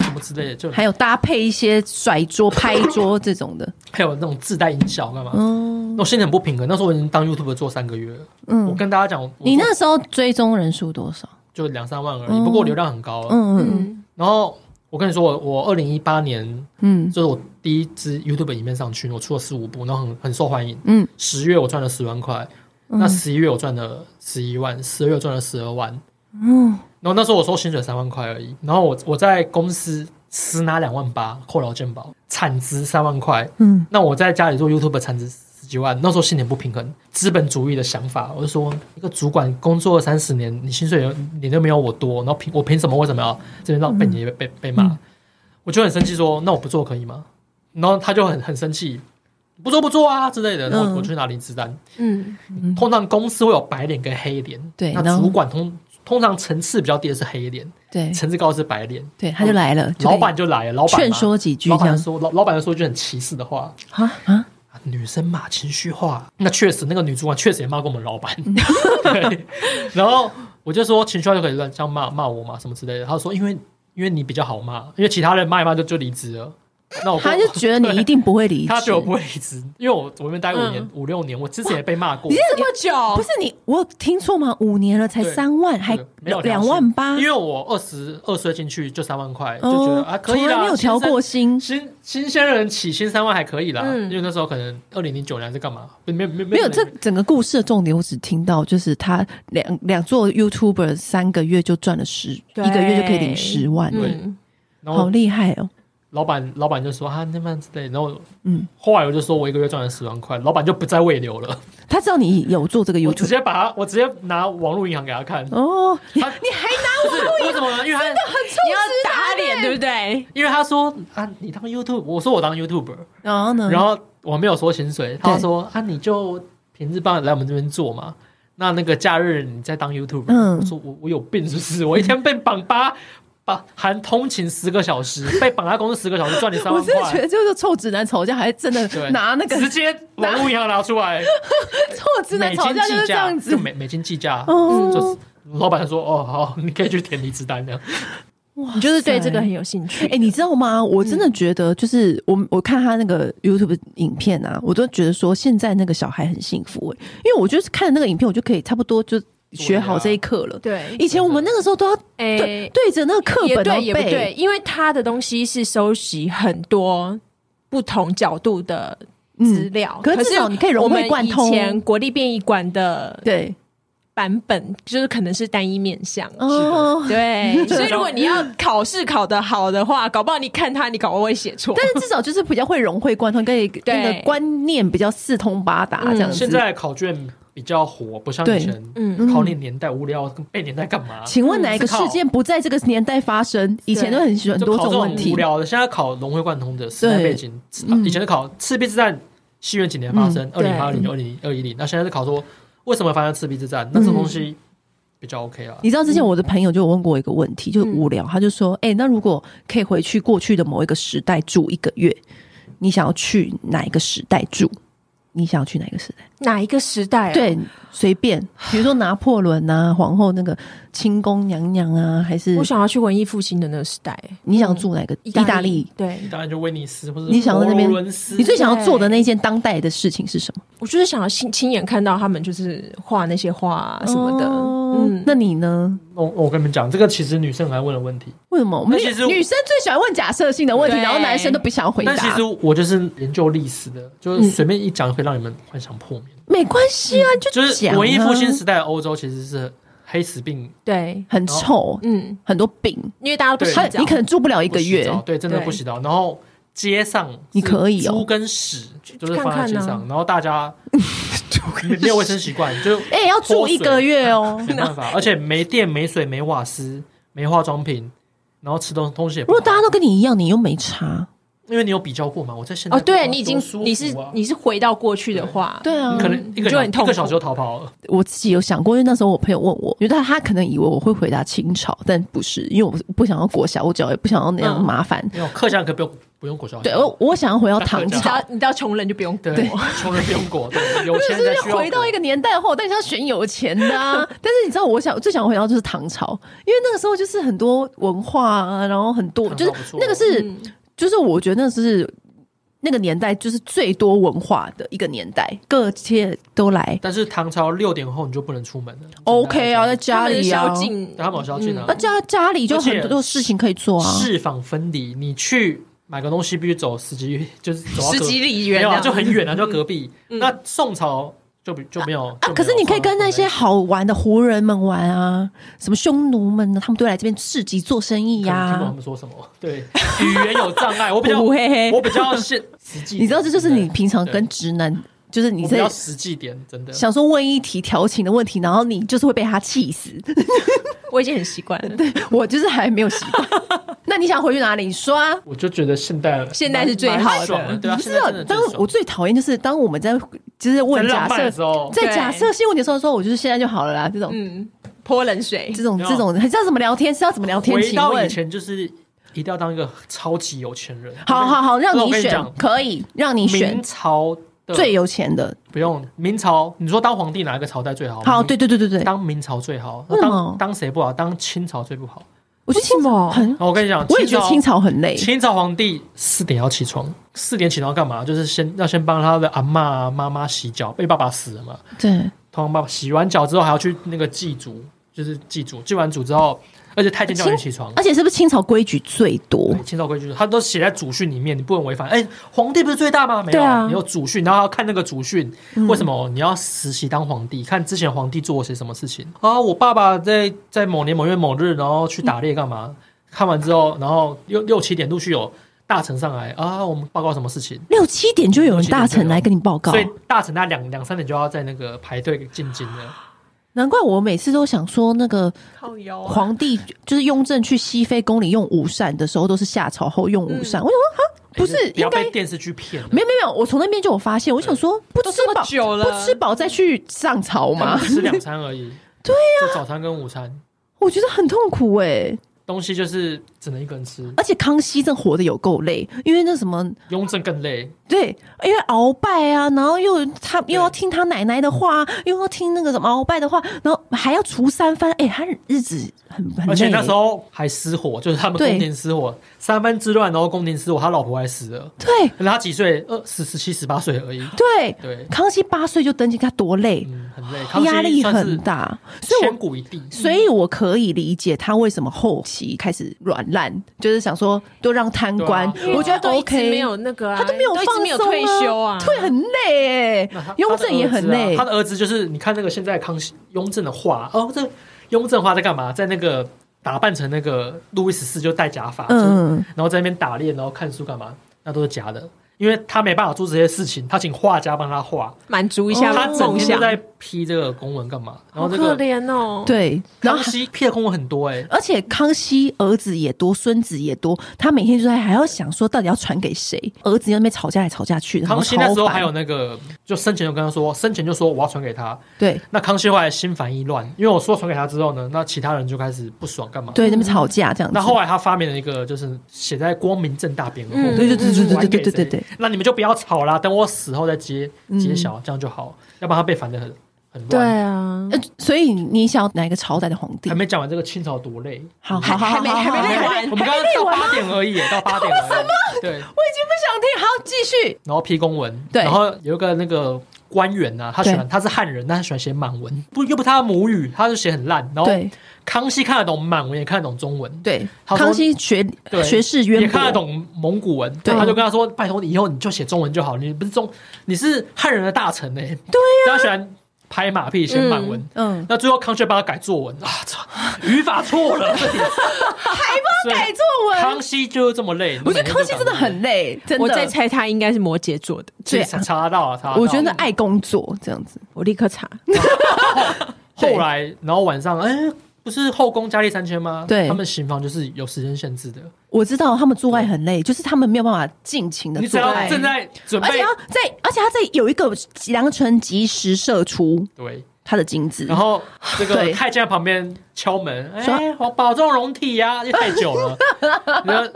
什么之类的，就
还有搭配一些甩桌、拍桌这种 的。
还有那种自带音效干嘛？
嗯
那我心里很不平衡。那时候我已经当 YouTube 做三个月了，我
嗯，
跟大家讲，我
你那时候追踪人数多少？
就两三万而已，
嗯
不过我流量很高了。
嗯嗯
嗯，
然后我跟你说，我我二零一八年
嗯
就是我第一支 YouTube 影片上去，我出了四五部，然后很很受欢迎。
嗯，
十月我赚了十万块，
嗯
那十一月我赚了十一万，十二月我赚了十二万。
嗯，
然后那时候我收薪水三万块而已，然后我我在公司实拿两万八，扣劳健保，产值三万块。
嗯，
那我在家里做 YouTube 产值十几万，那时候心里不平衡，资本主义的想法，我就说一个主管工作三十年，你薪水有你都没有我多，然后凭我凭什么为什么要这边让被
嗯
你被被骂？我就很生气说，那我不做可以吗？然后他就很很生气，不做不做啊之类的，然后我
嗯
我就去拿离职单。
嗯，
通常公司会有白脸跟黑脸，
对然
那
后
主管通通常层次比较低的是黑脸。
对
层次高是白脸，
对，他就来了，就
老板就来了，老板嘛
劝说几句
老
这
板
样
说老老板说一句很歧视的话
啊啊，
啊女生嘛情绪化，那确实那个女主管确实也骂过我们老板， 对，然后我就说情绪化就可以乱这样骂骂我嘛什么之类的，他说因为因为你比较好骂，因为其他人骂一骂就就离职了，那我
他就觉得你一定不会离职，
他觉得我不会离职，因为我我那边待五
嗯
年五六年，我之前也被骂过，
这么久
不是你，我有听错吗？五年了才
对
三万，还
对没有调
两
薪
万八，
因为我二十二岁进去就三万块，就觉得
哦
啊，可以
从来
啦，
没有调
先生
过薪，
新新鲜人起薪三万还可以啦，
嗯
因为那时候可能二零零九年还是干嘛，不没有没有
没有，这整个故事的重点，我只听到就是他两两做 YouTuber 三个月就赚了十，
对
一个月就可以领十万，
嗯，
然
好
后
厉害哦！
老板老板就说啊那么之类，然后
嗯，
后来我就说我一个月赚了十万块，老板就不再喂流了，
他知道你有做这个
我直
YouTube
接把他我直接拿网络银行给他看，
哦，你
他
你还拿
不是为什么呢？因为他
你要打
欸
脸对不对？
因为他说啊你当 YouTube，我说我当 YouTuber，
然后呢？
然后我没有说薪水，他说啊，你就平日班来我们这边做嘛。那那个假日你再当 YouTube，、
嗯
我说我我有病是不是？我一天被绑八绑含通勤十个小时，被绑在公司十个小时，赚你三
我
万
真的觉
块，
得就是臭直男吵架，还真的
对
拿那个
直接网络银行拿出来，
臭直男
美
吵
金
架就是
计
这
价，
样
就
子，
美美金计价，
哦
就是老板说哦好，你可以去填离职单这样。
哇
你就是对
塞
这个很有兴趣
哎、。你知道吗？我真的觉得，就是我我看他那个 YouTube 影片啊，我都觉得说现在那个小孩很幸福哎、因为我就是看那个影片，我就可以差不多就学好这一课了。
对，
以前我们那个时候都要
哎、
对对着那个课
也
本
对
然后
也不对，
背，
因为他的东西是收集很多不同角度的资料，
可是至少你可以融会
我们
贯通
以前国立殡仪馆的
对
版本就是可能是单一面啊向。
哦。
对，所以如果你要考试考得好的话，搞不好你看他，你搞不好会写错。
但是至少就是比较会融会贯通，跟那个观念比较四通八达这样子。
现在考卷比较火，不像以前
嗯
考你年代无聊，背年代干嘛？
请问哪一个事件不在这个年代发生？以前都很喜欢
就
多
考这
种
种
问题嗯
无。聊的，现在考融会贯通的时代背景，啊以前是考赤壁之战，西元几年发生？二
对
零八零、二零二一零，那现在是考说为什么发生赤壁之战？
嗯
那这种东西比较 OK 啦。
你知道之前我的朋友就有问过我一个问题，就是无聊，他就说：“哎、那如果可以回去过去的某一个时代住一个月，你想要去哪一个时代住？你想要去哪一个时代？
哪一个时代、啊？，
对，随便，比如说拿破仑啊，皇后那个清宫娘娘啊，还是
我想要去文艺复兴的那个时代，
你想住哪个？嗯意大利？
对，
当然就威尼斯或者
你想到那边
佛罗伦斯
你最想要做的那件当代的事情是什么？
我就是想要亲亲眼看到他们就是画那些画、啊、什么的。
哦
嗯，
那你呢？
我我跟你们讲，这个其实女生还问了问题，
为什么我们
那其实我
女生最喜欢问假设性的问题，
对
然后男生都不想回
但其
答嗯
实？我就是研究历史的，就是随便一讲可以让你们幻想破灭。
没关系啊，就
就是
讲啊
文艺复兴时代的欧洲其实是黑死病
对，
很臭，
嗯，
很多病。”
因为大家都不洗
他
澡，
你可能住不了一
一
个月，
对，真的
对
不洗澡。然后街上是
你可以哦
猪跟屎就是放在街
看看
上，
啊
然后大家
啊
没有卫生习惯， 就
哎、要住一个月哦。
没办法，而且没电、没水、没瓦斯、没化妆品，然后吃东东西也不
如
好
果大家都跟你一样，你又没差，
因为你有比较过嘛，我在现在
哦，对
过
你已经
多舒服啊
你是你是回到过去的话，
对啊
嗯
可能一
你
个
就
小
很痛
一
苦
个小时就逃跑了，
我自己有想过，因为那时候我朋友问我，觉得他可能以为我会回答清朝，但不是，因为我不想要国小，我脚也不想要那样麻烦。
没有课下可不用不用裹小脚，
对，我我想要回到唐
你
对
只
朝
要，你只要穷人就不用过。
对，穷人不 用裹，对，有
就
钱人
是
才需要
回到
裹
一个年代的话，我当然是要选有钱的啊。 但是你知道，我想最想回到就是唐朝，因为那个时候就是很多文化啊，然后很多
唐
就
朝
是
不错嗯
那个是、
嗯
就是我觉得那是那个年代就是最多文化的一个年代，各界都来。
但是唐朝六点后你就不能出门了
OK 啊，在
在
家里啊
他们是，宵禁
他们有宵禁啊
嗯
那家家里就很多事情可以做啊。
市访分离，你去买个东西必须走十几， 就是走到
十
隔
几里
没
远
有
这
啊，
样
就很远啊，就隔壁。那宋朝就比就没有
嗯啊！可是你可以跟那些好玩的胡人们玩啊，什么匈奴们呢？他们都来这边市集做生意呀、
呀，可能听不懂他们说什么，对， 语言有障碍，我比较
胡哦嘿嘿
我比 较现实际，
你知道，这就是你平常跟直男，就是
对
你
我比
在
较实际点，真的。
想说问一题调情的问题，然后你就是会被他气死。
我已经很习惯了。对，
我就是还没有习惯。 那你想回去哪里说啊？
我就觉得现代
现代是最
蛮
好的
爽对啊，
你知
现在
道
真的，最
当
爽
我最讨厌就是当我们在就是问
在
假
浪漫的时
设，
候，
在
对
假设性问题的时候说，我就是现在就好了啦。这种、
嗯，泼冷水
这种
没有
这种，还知道怎么聊天？是要怎么聊天？
回
请
到以
问，
前就是一定要当一个超级有钱人。
好好好，让
那我
你
跟你
选
讲，
可以让你选
明朝的
最有钱的。
不用明朝，你说当皇帝哪一个朝代最好？
好，
明
对对对对对，
当明朝最好。
为什
那
么
当当谁不好？当清朝最不好。
我觉得清朝很，
那我跟你讲，
我也觉得清
朝
朝很累。
清朝皇帝四点要起床，四点起床要干嘛？就是先要先帮他的阿嬷啊妈妈洗脚，被爸爸死了嘛。
对，
通常爸爸洗完脚之后还要去那个祭祖，就是祭祖，祭完祖之后，而且太监叫你起床。
而且是不是清朝规矩最多
对，？清朝规矩，他都写在祖训里面，你不能违反。哎、皇帝不是最大吗？没
对
有，
啊嗯
你有祖训，然后还要看那个祖训，为什么你要实习当皇帝？看之前皇帝做过些什么事情啊？我爸爸在在某年某月某日，然后去打猎干嘛？
嗯
看完之后，然后六六七点陆续有大臣上来啊，我们报告什么事情？
六七点就有人大臣来跟你报告
所，以大臣他两两三点就要在那个排队进京了。
难怪我每次都想说，那个
靠腰啊，
皇帝就是雍正去熹妃宫里用午膳的时候，都是夏朝后用午膳。我想说，哈，不是
嗯哎不
应
要
该嗯
被电视剧骗了。
没有没有没有，我从那边就有发现，我想说不
都
吃
这么
饱
久了
不吃饱再去上朝
他
嘛
们，只吃两餐而已。对
啊
呀、就早餐跟午餐，
我觉得很痛苦哎、
东西就是只能一个人吃。
而且康熙正活得有够累，因为那什么
雍正更累，
对，因为鳌拜啊，然后又他
对
又要听他奶奶的话，又要听那个什么鳌拜的话，然后还要除三番，哎、他日子很很累、
而且那时候还失火，就是他们
对
宫廷失火，三藩之乱，然后宫廷失火，他老婆还死了。
对
可是他几岁？二十十七、十八岁而已。
对，
对，
康熙八岁就登基，他多累，
嗯，很累，
压力
康熙算是
很大，所以
千
我。
古一帝。
所以我可以理解他为什么后期开始软烂，就是想说都让贪官，
对啊
我觉
他
得
都一直
OK，
没有那个啊，
他都没有
一直
放
没有
松
退休啊，
对，很累
那他
哎，雍正也很累
他，的儿子啊他的儿子就是你看那个现在康熙雍正的画哦，这雍正画在干嘛？在那个打扮成那个路易十四，就戴假发，嗯，
嗯，
然后在那边打猎，然后看书干嘛？那都是假的，因为他没办法做这些事情，他请画家帮他画，
满足一下
他整
梦
天
想，
都在批这个公文干嘛？然
好
后这
可
个
怜哦。，
对，然
康
后
熙批的公文很多哎、
而且康熙儿子也多，孙子也多，他每天就在还要想说到底要传给谁，儿子又在那边吵架来吵架去， 然后
康熙那时
超
候
烦
还有那个，就生前就跟他说，生前就说我要传给他。
对
那康熙后来心烦意乱，因为我说传给他之后呢，那其他人就开始不爽，干嘛？。
对那边吵架这样子
嗯那，后来他发明了一个，就是写在光明正大匾额后
嗯
面，
对对对对
我还
对
给
对
谁
对对嗯对，
那你们就不要吵啦，等我死后再揭揭晓，这样就好，要不然他被烦的很很乱。
啊，
呃所以你想要哪一个朝代的皇帝
还？没讲完这个清朝多累，
好
还
好好，
还没
好
还没
好
累
好
完
我们刚刚到八点而已，到八点而已。对，
我已经不想听，好，继续。
然后批公文，
对
然后有一个那个官员啊，他喜欢
对
他是汉人，但他喜欢写满文，不又不是他的母语，他就写很烂。然后
对
康熙看得懂满文，也看得懂中文，
对，
他说
康熙学
对
学识
也
渊
看得
博，
懂蒙古文。
对
他就跟他说：“拜托你以后你就写中文就好，你不是中你是汉人的大臣呢、对呀、他喜欢拍马屁写满文。
啊嗯，
那最后康熙帮他改作文啊，操，语法 错了，还帮
改作文。
康熙就是这么累，
我觉得康熙真的很累，真的。
我在猜他应该是摩羯座的，
对
最查到啊，查得到
我觉得爱工作这样子，
啊我立刻查。
后来，然后晚上，哎、不是后宫佳丽三千吗？
对
他们行房就是有时间限制的，
我知道他们做爱很累，就是他们没有办法尽情的
你只
做
要
爱，
正在准
而且
备
要在，而且他在有一个良辰吉时射出
对，
他的精子，
然后这个
对
太监在旁边敲门，
说
哎，我保重容体呀、因为太 久了，然后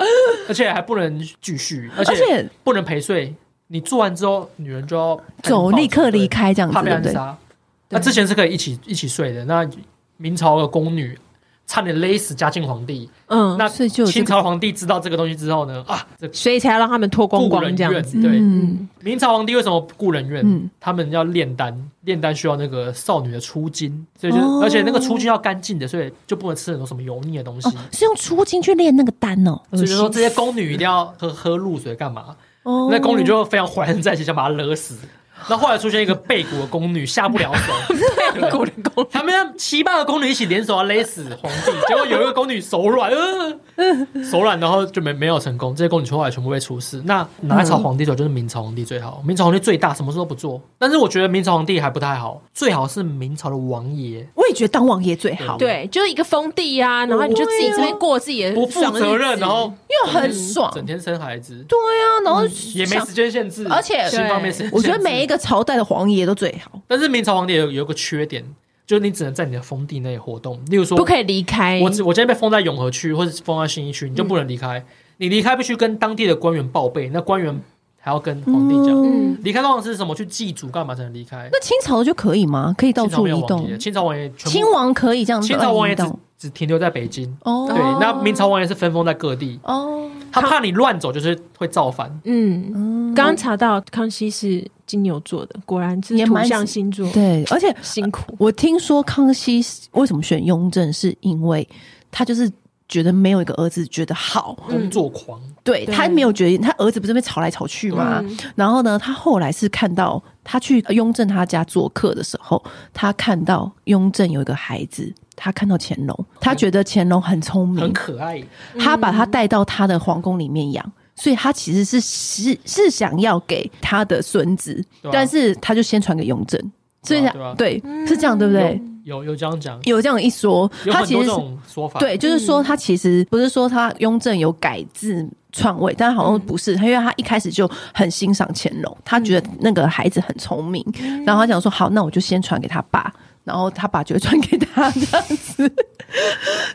而且还不能继续，而
而
且
且
不能陪睡。你做完之后，女人就要
走立刻离，开这样子，
怕被
对不
暗
对？
杀。那之前是可以一起一起睡的，那明朝的宫女差点勒死嘉靖皇帝，
嗯，
那
所哦以就有这个
清朝皇帝知道这个东西之后呢，啊，这
所以才要让他们脱光
故
光
人
这样
怨
子。
对。
嗯，
明朝皇帝为什么故人院？
嗯
他们要炼丹，炼丹需要那个少女的出精，所以就、
哦
而且那个出精要干净的，所以就不能吃很多什么油腻的东西。
哦，是用出精去练那个丹哦，
所以就说这些宫女一定要喝喝露水干嘛？
哦，
那宫女就非常怀恨在心，想把她勒死。那后来出现一个背骨的宫女，下不了手，
嗯
背骨的宫，他们要七八个宫女一起联手要勒死皇 帝，结果有一个宫女手软，呃、
嗯
手软，然后就没没有成功。这些宫女后来全部被处死。那哪一朝皇帝最好？就是明朝皇帝最好。明朝皇帝最大，什么事都不做。但是我觉得明朝皇帝还不太好，最好是明朝的王爷，
我也觉得当王爷最好，，
对，就是一个封地啊，然后你就自己这边过自己的
不负
爽日
责任，
子
然后
因为很爽，
整天生孩子，
对啊，然后
嗯也没
想
时间限制，
而且
性方面是，
我觉得每一
个。
个朝代的皇爷都最好，
但是明朝皇帝有有个缺点，就是你只能在你的封地内活动。例如说，
不可以离开。
我只我今天被封在永和区，或者是封在新一区，你就不能离开。你离开必须跟当地的官员报备，那官员还要跟皇帝讲。
嗯，
离开通常是什么？去祭祖干嘛才能离开？
那清朝的就可以吗？可以到
清朝
处
没有
移
王
动
爷，，清朝王爷全部
亲王可以这样子
清朝王爷
移
只
动
只停留在北京。
哦，
对，那明朝王爷是分封在各地，
哦，
他怕你乱走，就是会造反。
嗯，
嗯
刚刚查到康熙是金牛座的，果然是
也
土
蛮
象星座，
对，而且
辛苦。
我听说康熙是为什么选雍正，是因为他就是觉得没有一个儿子觉得好，
工作狂，
对
对
他没有觉得他儿子不是被吵来吵去吗？
嗯
然后呢，他后来是看到他去雍正他家做客的时候，他看到雍正有一个孩子，他看到乾隆，他觉得乾隆很聪
很
明，
可爱。
他把他带到他的皇宫里面养。所以他其实是是是想要给他的孙子，
对啊
但是他就先传给雍正，所以
对
他
啊对啊
对是这样对不对？
嗯
有有这样讲，
有这样一说，
有
他
很
其
多
实
这
是
种说法。
对，就是说他其实不是说他雍正有改字篡位，但好像不是，他因为他一开始就很欣赏乾隆，他觉得那个孩子很聪明，然后他想说好，那我就先传给他爸。然后他爸就会传给他这样子。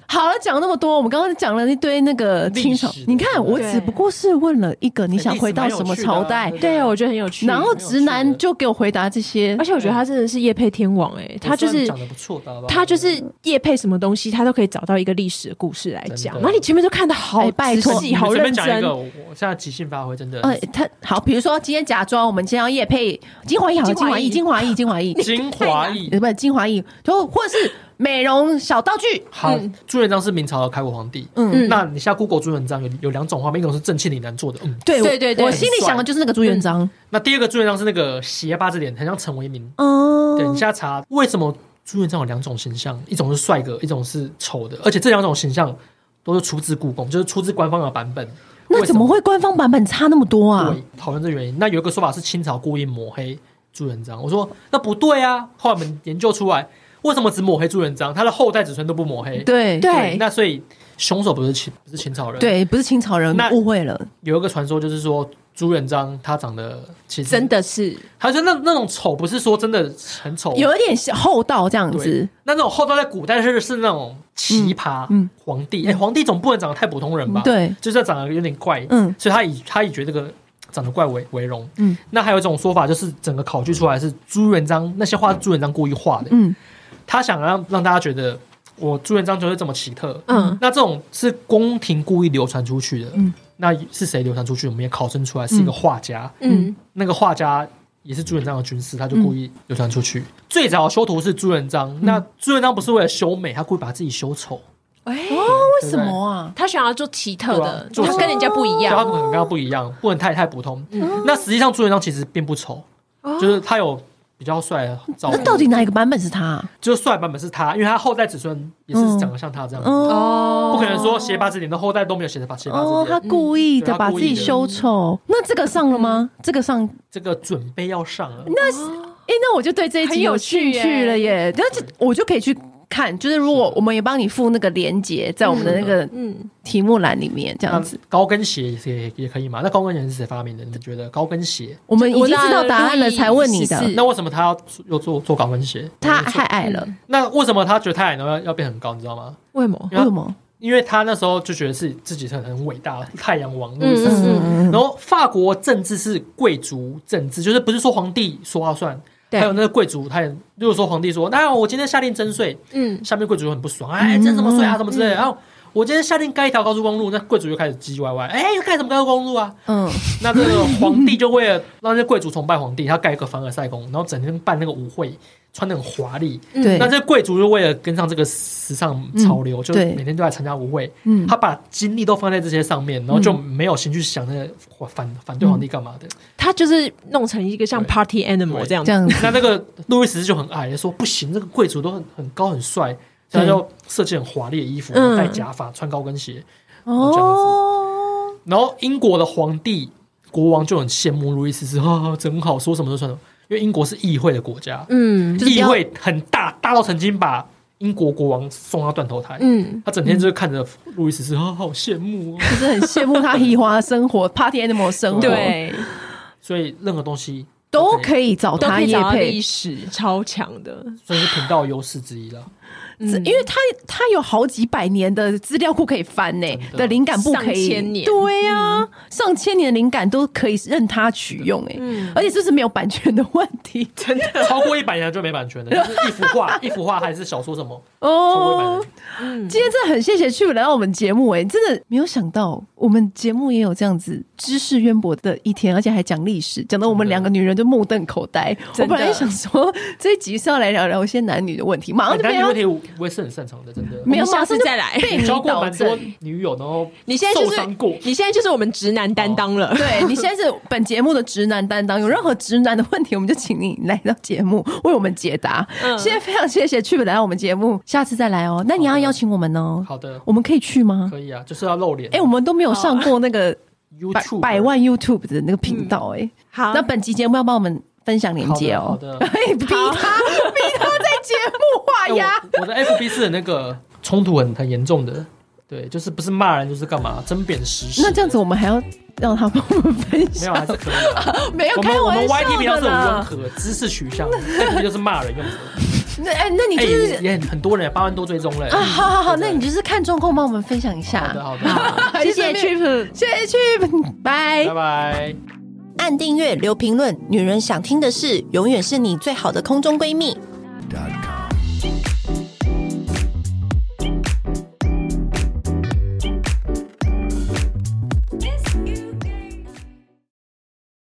好了，讲了那么多，我们刚刚讲了一堆那个
历
清朝
史的，
你看我
对
只不过是问了一个你
哎
想
历史
回到
蛮有
什么
趣的
朝
啊
代
对，
对，我觉得很有趣。
然后
蛮有
直
趣
男
的
就给我回答这些
而。且我觉得他真的是叶配天王哎、他就
嗯我算
是
讲的不错的好不好，
他就是叶配什么东西，他都可以找到一个历史的故事来讲。
真的
然后你前面就看的好
哎拜托
仔
你
细，好
随
认
便讲一
真
个，。我我现在即兴发挥，真的。
呃，他好，比如说今天假装我们今天要夜配精华液，好了，
精
精
华
华
液
液，精华液，精华液，
精华液
呃，不是精华液，就或者是美容小道具。
好
嗯，
朱元璋是明朝的开国皇帝。
嗯，
那你下 Google 朱元璋有有两种画面，一种是正气凛然做的，嗯，
对
对对对
我心里想的就是那个朱元璋。
那第二个朱元璋是那个斜八字脸，很像陈为民。
哦
对，你下查为什么朱元璋有两种形象，一种是帅哥，一种是丑的，而且这两种形象都是出自故宫，就是出自官方的版本。
那怎么会官方版本差那么多
为什
啊
么？？对，讨论这原因。那有一个说法是清朝故意抹黑朱元璋，我说那不对啊。后来我们研究出来，为什么只抹黑朱元璋，他的后代子孙都不抹黑？
对
对
那所以凶手不是清不是清朝人。，
对，不是清朝人
那
误会了。
有一个传说就是说朱元璋他长得其实
真，的是
他说那那种丑不是说真的很丑，
有一点厚道这样子
对，那种后代在古代是是那种奇葩
嗯嗯嗯
皇帝，哎、皇帝总不能长得太普通人吧？，
对，
就是要长得有点怪，
嗯
所以他以他以觉得这个。长得怪为为荣，
嗯，
那还有一种说法就是整个考据出来是朱元璋那些画是朱元璋故意画的，
嗯，
他想让让大家觉得我朱元璋就是这么奇特，
嗯
那这种是宫廷故意流传出去的，
嗯
那是谁流传出去？我们也考证出来是一个画家，
嗯
那个画家也是朱元璋的军师，他就故意流传出去。
嗯
最早修图是朱元璋，那朱元璋不是为了修美，他故意把自己修丑，
嗯
哎、
哦为什么啊？
他想要做奇特的，
对啊
他跟人家不一
所以他
样
可能跟他不一样，不能太太普通。
嗯
那实际上朱元璋其实并不丑，就是他有比较帅的照
哦那
片，
到底哪一个版本是他啊？
就是帅版本是他，因为他后代子孙也是长得像他这样子。
哦。
哦
啊不可能说斜八字脸的后代都没有斜八斜八
哦
字，
他
脸，
故意的
对他
把
故
自
意
己
的
修丑，那这个上了吗？这个上
这个准备要上了。
哎、那我就对这一集
很有
有兴
趣
趣了
耶
耶！但是我就可以去看，就是如果我们也帮你附那个链接在我们的那个
嗯，
题目栏里面，这样子，
高跟鞋也是也也可以嘛？那高跟鞋是谁发明的？你们觉得高跟鞋？
我们已经知道答案了才问你
我知道
的。
了
那为什么他要又做做高跟鞋？
嗯他太矮了，
那为什么他觉得太矮呢？要要变很高，你知道吗？
为什么？
为什么？
因为他那时候就觉得是自己是很伟大的太阳王路
嗯
上。
嗯
然后法国政治是贵族政治，就是不是说皇帝说话算，
对
还有那个贵族，他也如果说皇帝说，那我今天下令征税，
嗯，
下面贵族就很不爽，哎，征什么税啊，什么之
嗯
类的。然后我今天下令盖一条高速公路，那贵族就开始唧唧歪歪，哎，盖什么高速公路啊？
嗯，
那这个皇帝就为了让那些贵族崇拜皇帝，他盖一个凡尔赛宫，然后整天办那个舞会，穿的很华丽。
对嗯
那这贵族就为了跟上这个时尚潮流，就
对
每天都来参加舞会。
嗯
他把精力都放在这些上面，然后就没有心去想那个反反对皇帝干嘛的。
嗯
他就是弄成一个像
对
party animal
对
这样
这
子。
样子，
那那个路易十四就很矮，说不行，这个贵族都很很高很帅，所以他就设计很华丽的衣服，
嗯
戴假发，穿高跟鞋。
哦，
然后英国的皇帝国王就很羡慕路易十四，哈、哈，真好，说什么都算什么，因为英国是议会的国家，
嗯
就是不
议
要
会很大，大到曾经把英国国王送到断头台。
嗯，
他整天就是看着路易十四，哈、好羡 慕哦。
就是很羡慕他移花的生活，Party Animal
嗯
生活，
对，
哦所以任何东西
都
以，
可以找
都
他
可以
叶
找到
配
历，史超强的，
算是频道优势之一了。
嗯
是因为他他有好几百年的资料库可以翻呢、
真的
的灵感不可以，
上千年嗯
对呀、上千年的灵感都可以任他取用哎、
嗯
而且这是没有版权的问 题，真的
超过一百年就没版权的，就是一幅画，一幅画还是小说什么，超过一百
哦
年。。
嗯
今天真的很谢谢去来到我们节目哎、真的没有想到我们节目也有这样子知识渊博的一天，而且还讲历史，讲的我们两个女人就目瞪口呆。我
真的
本来想说这一集是要来聊聊一些男女的问题，马上就
男
被
女
他
问题我我也是很擅长的，真的。
没有
我们
马
下次
上就
再来
被你
交过
导
蛮多
正。
女友，然后
你现在就
受伤
是
过，
你现在就是我们直男担当了。
对你现在是本节目的直男担当，有任何直男的问题，我们就请你来到节目为我们解答。
嗯
现在非常谢谢去来到我们节目，下次再来哦。那你要邀请我们哦，
好的，
我们可以去吗？
可以啊，就是要露脸。
哎、我们都没有上过那个百
YouTube
百万 YouTube 的那个频道哎、
好
那本集节目要帮我们分享链接
好
哦。
的好的
哎 逼他，逼他在节目画
哎
押。
我我的 FB 是那个冲突很很严重的，对，就是不是骂人就是干嘛争辩时事。
那这样子，我们还要让他帮我们分
没有
享？
啊还是可以的。
没有
我
开
们我
玩
们 YT
笑
频道
的
是很温
啦。
和，知识取向的，这就是骂人用的。
那哎、那你
哎，
就是、
也也很很多人，八万多追踪了。
啊，好好好，
嗯对
那你就是看状况帮我们分享一下。
好的好的，
还
谢
是
谢
顺便
Trip。
谢谢去，嗯拜
拜。拜。
按订阅，留评论，女人想听的事，永远是你最好的空中闺蜜。
dot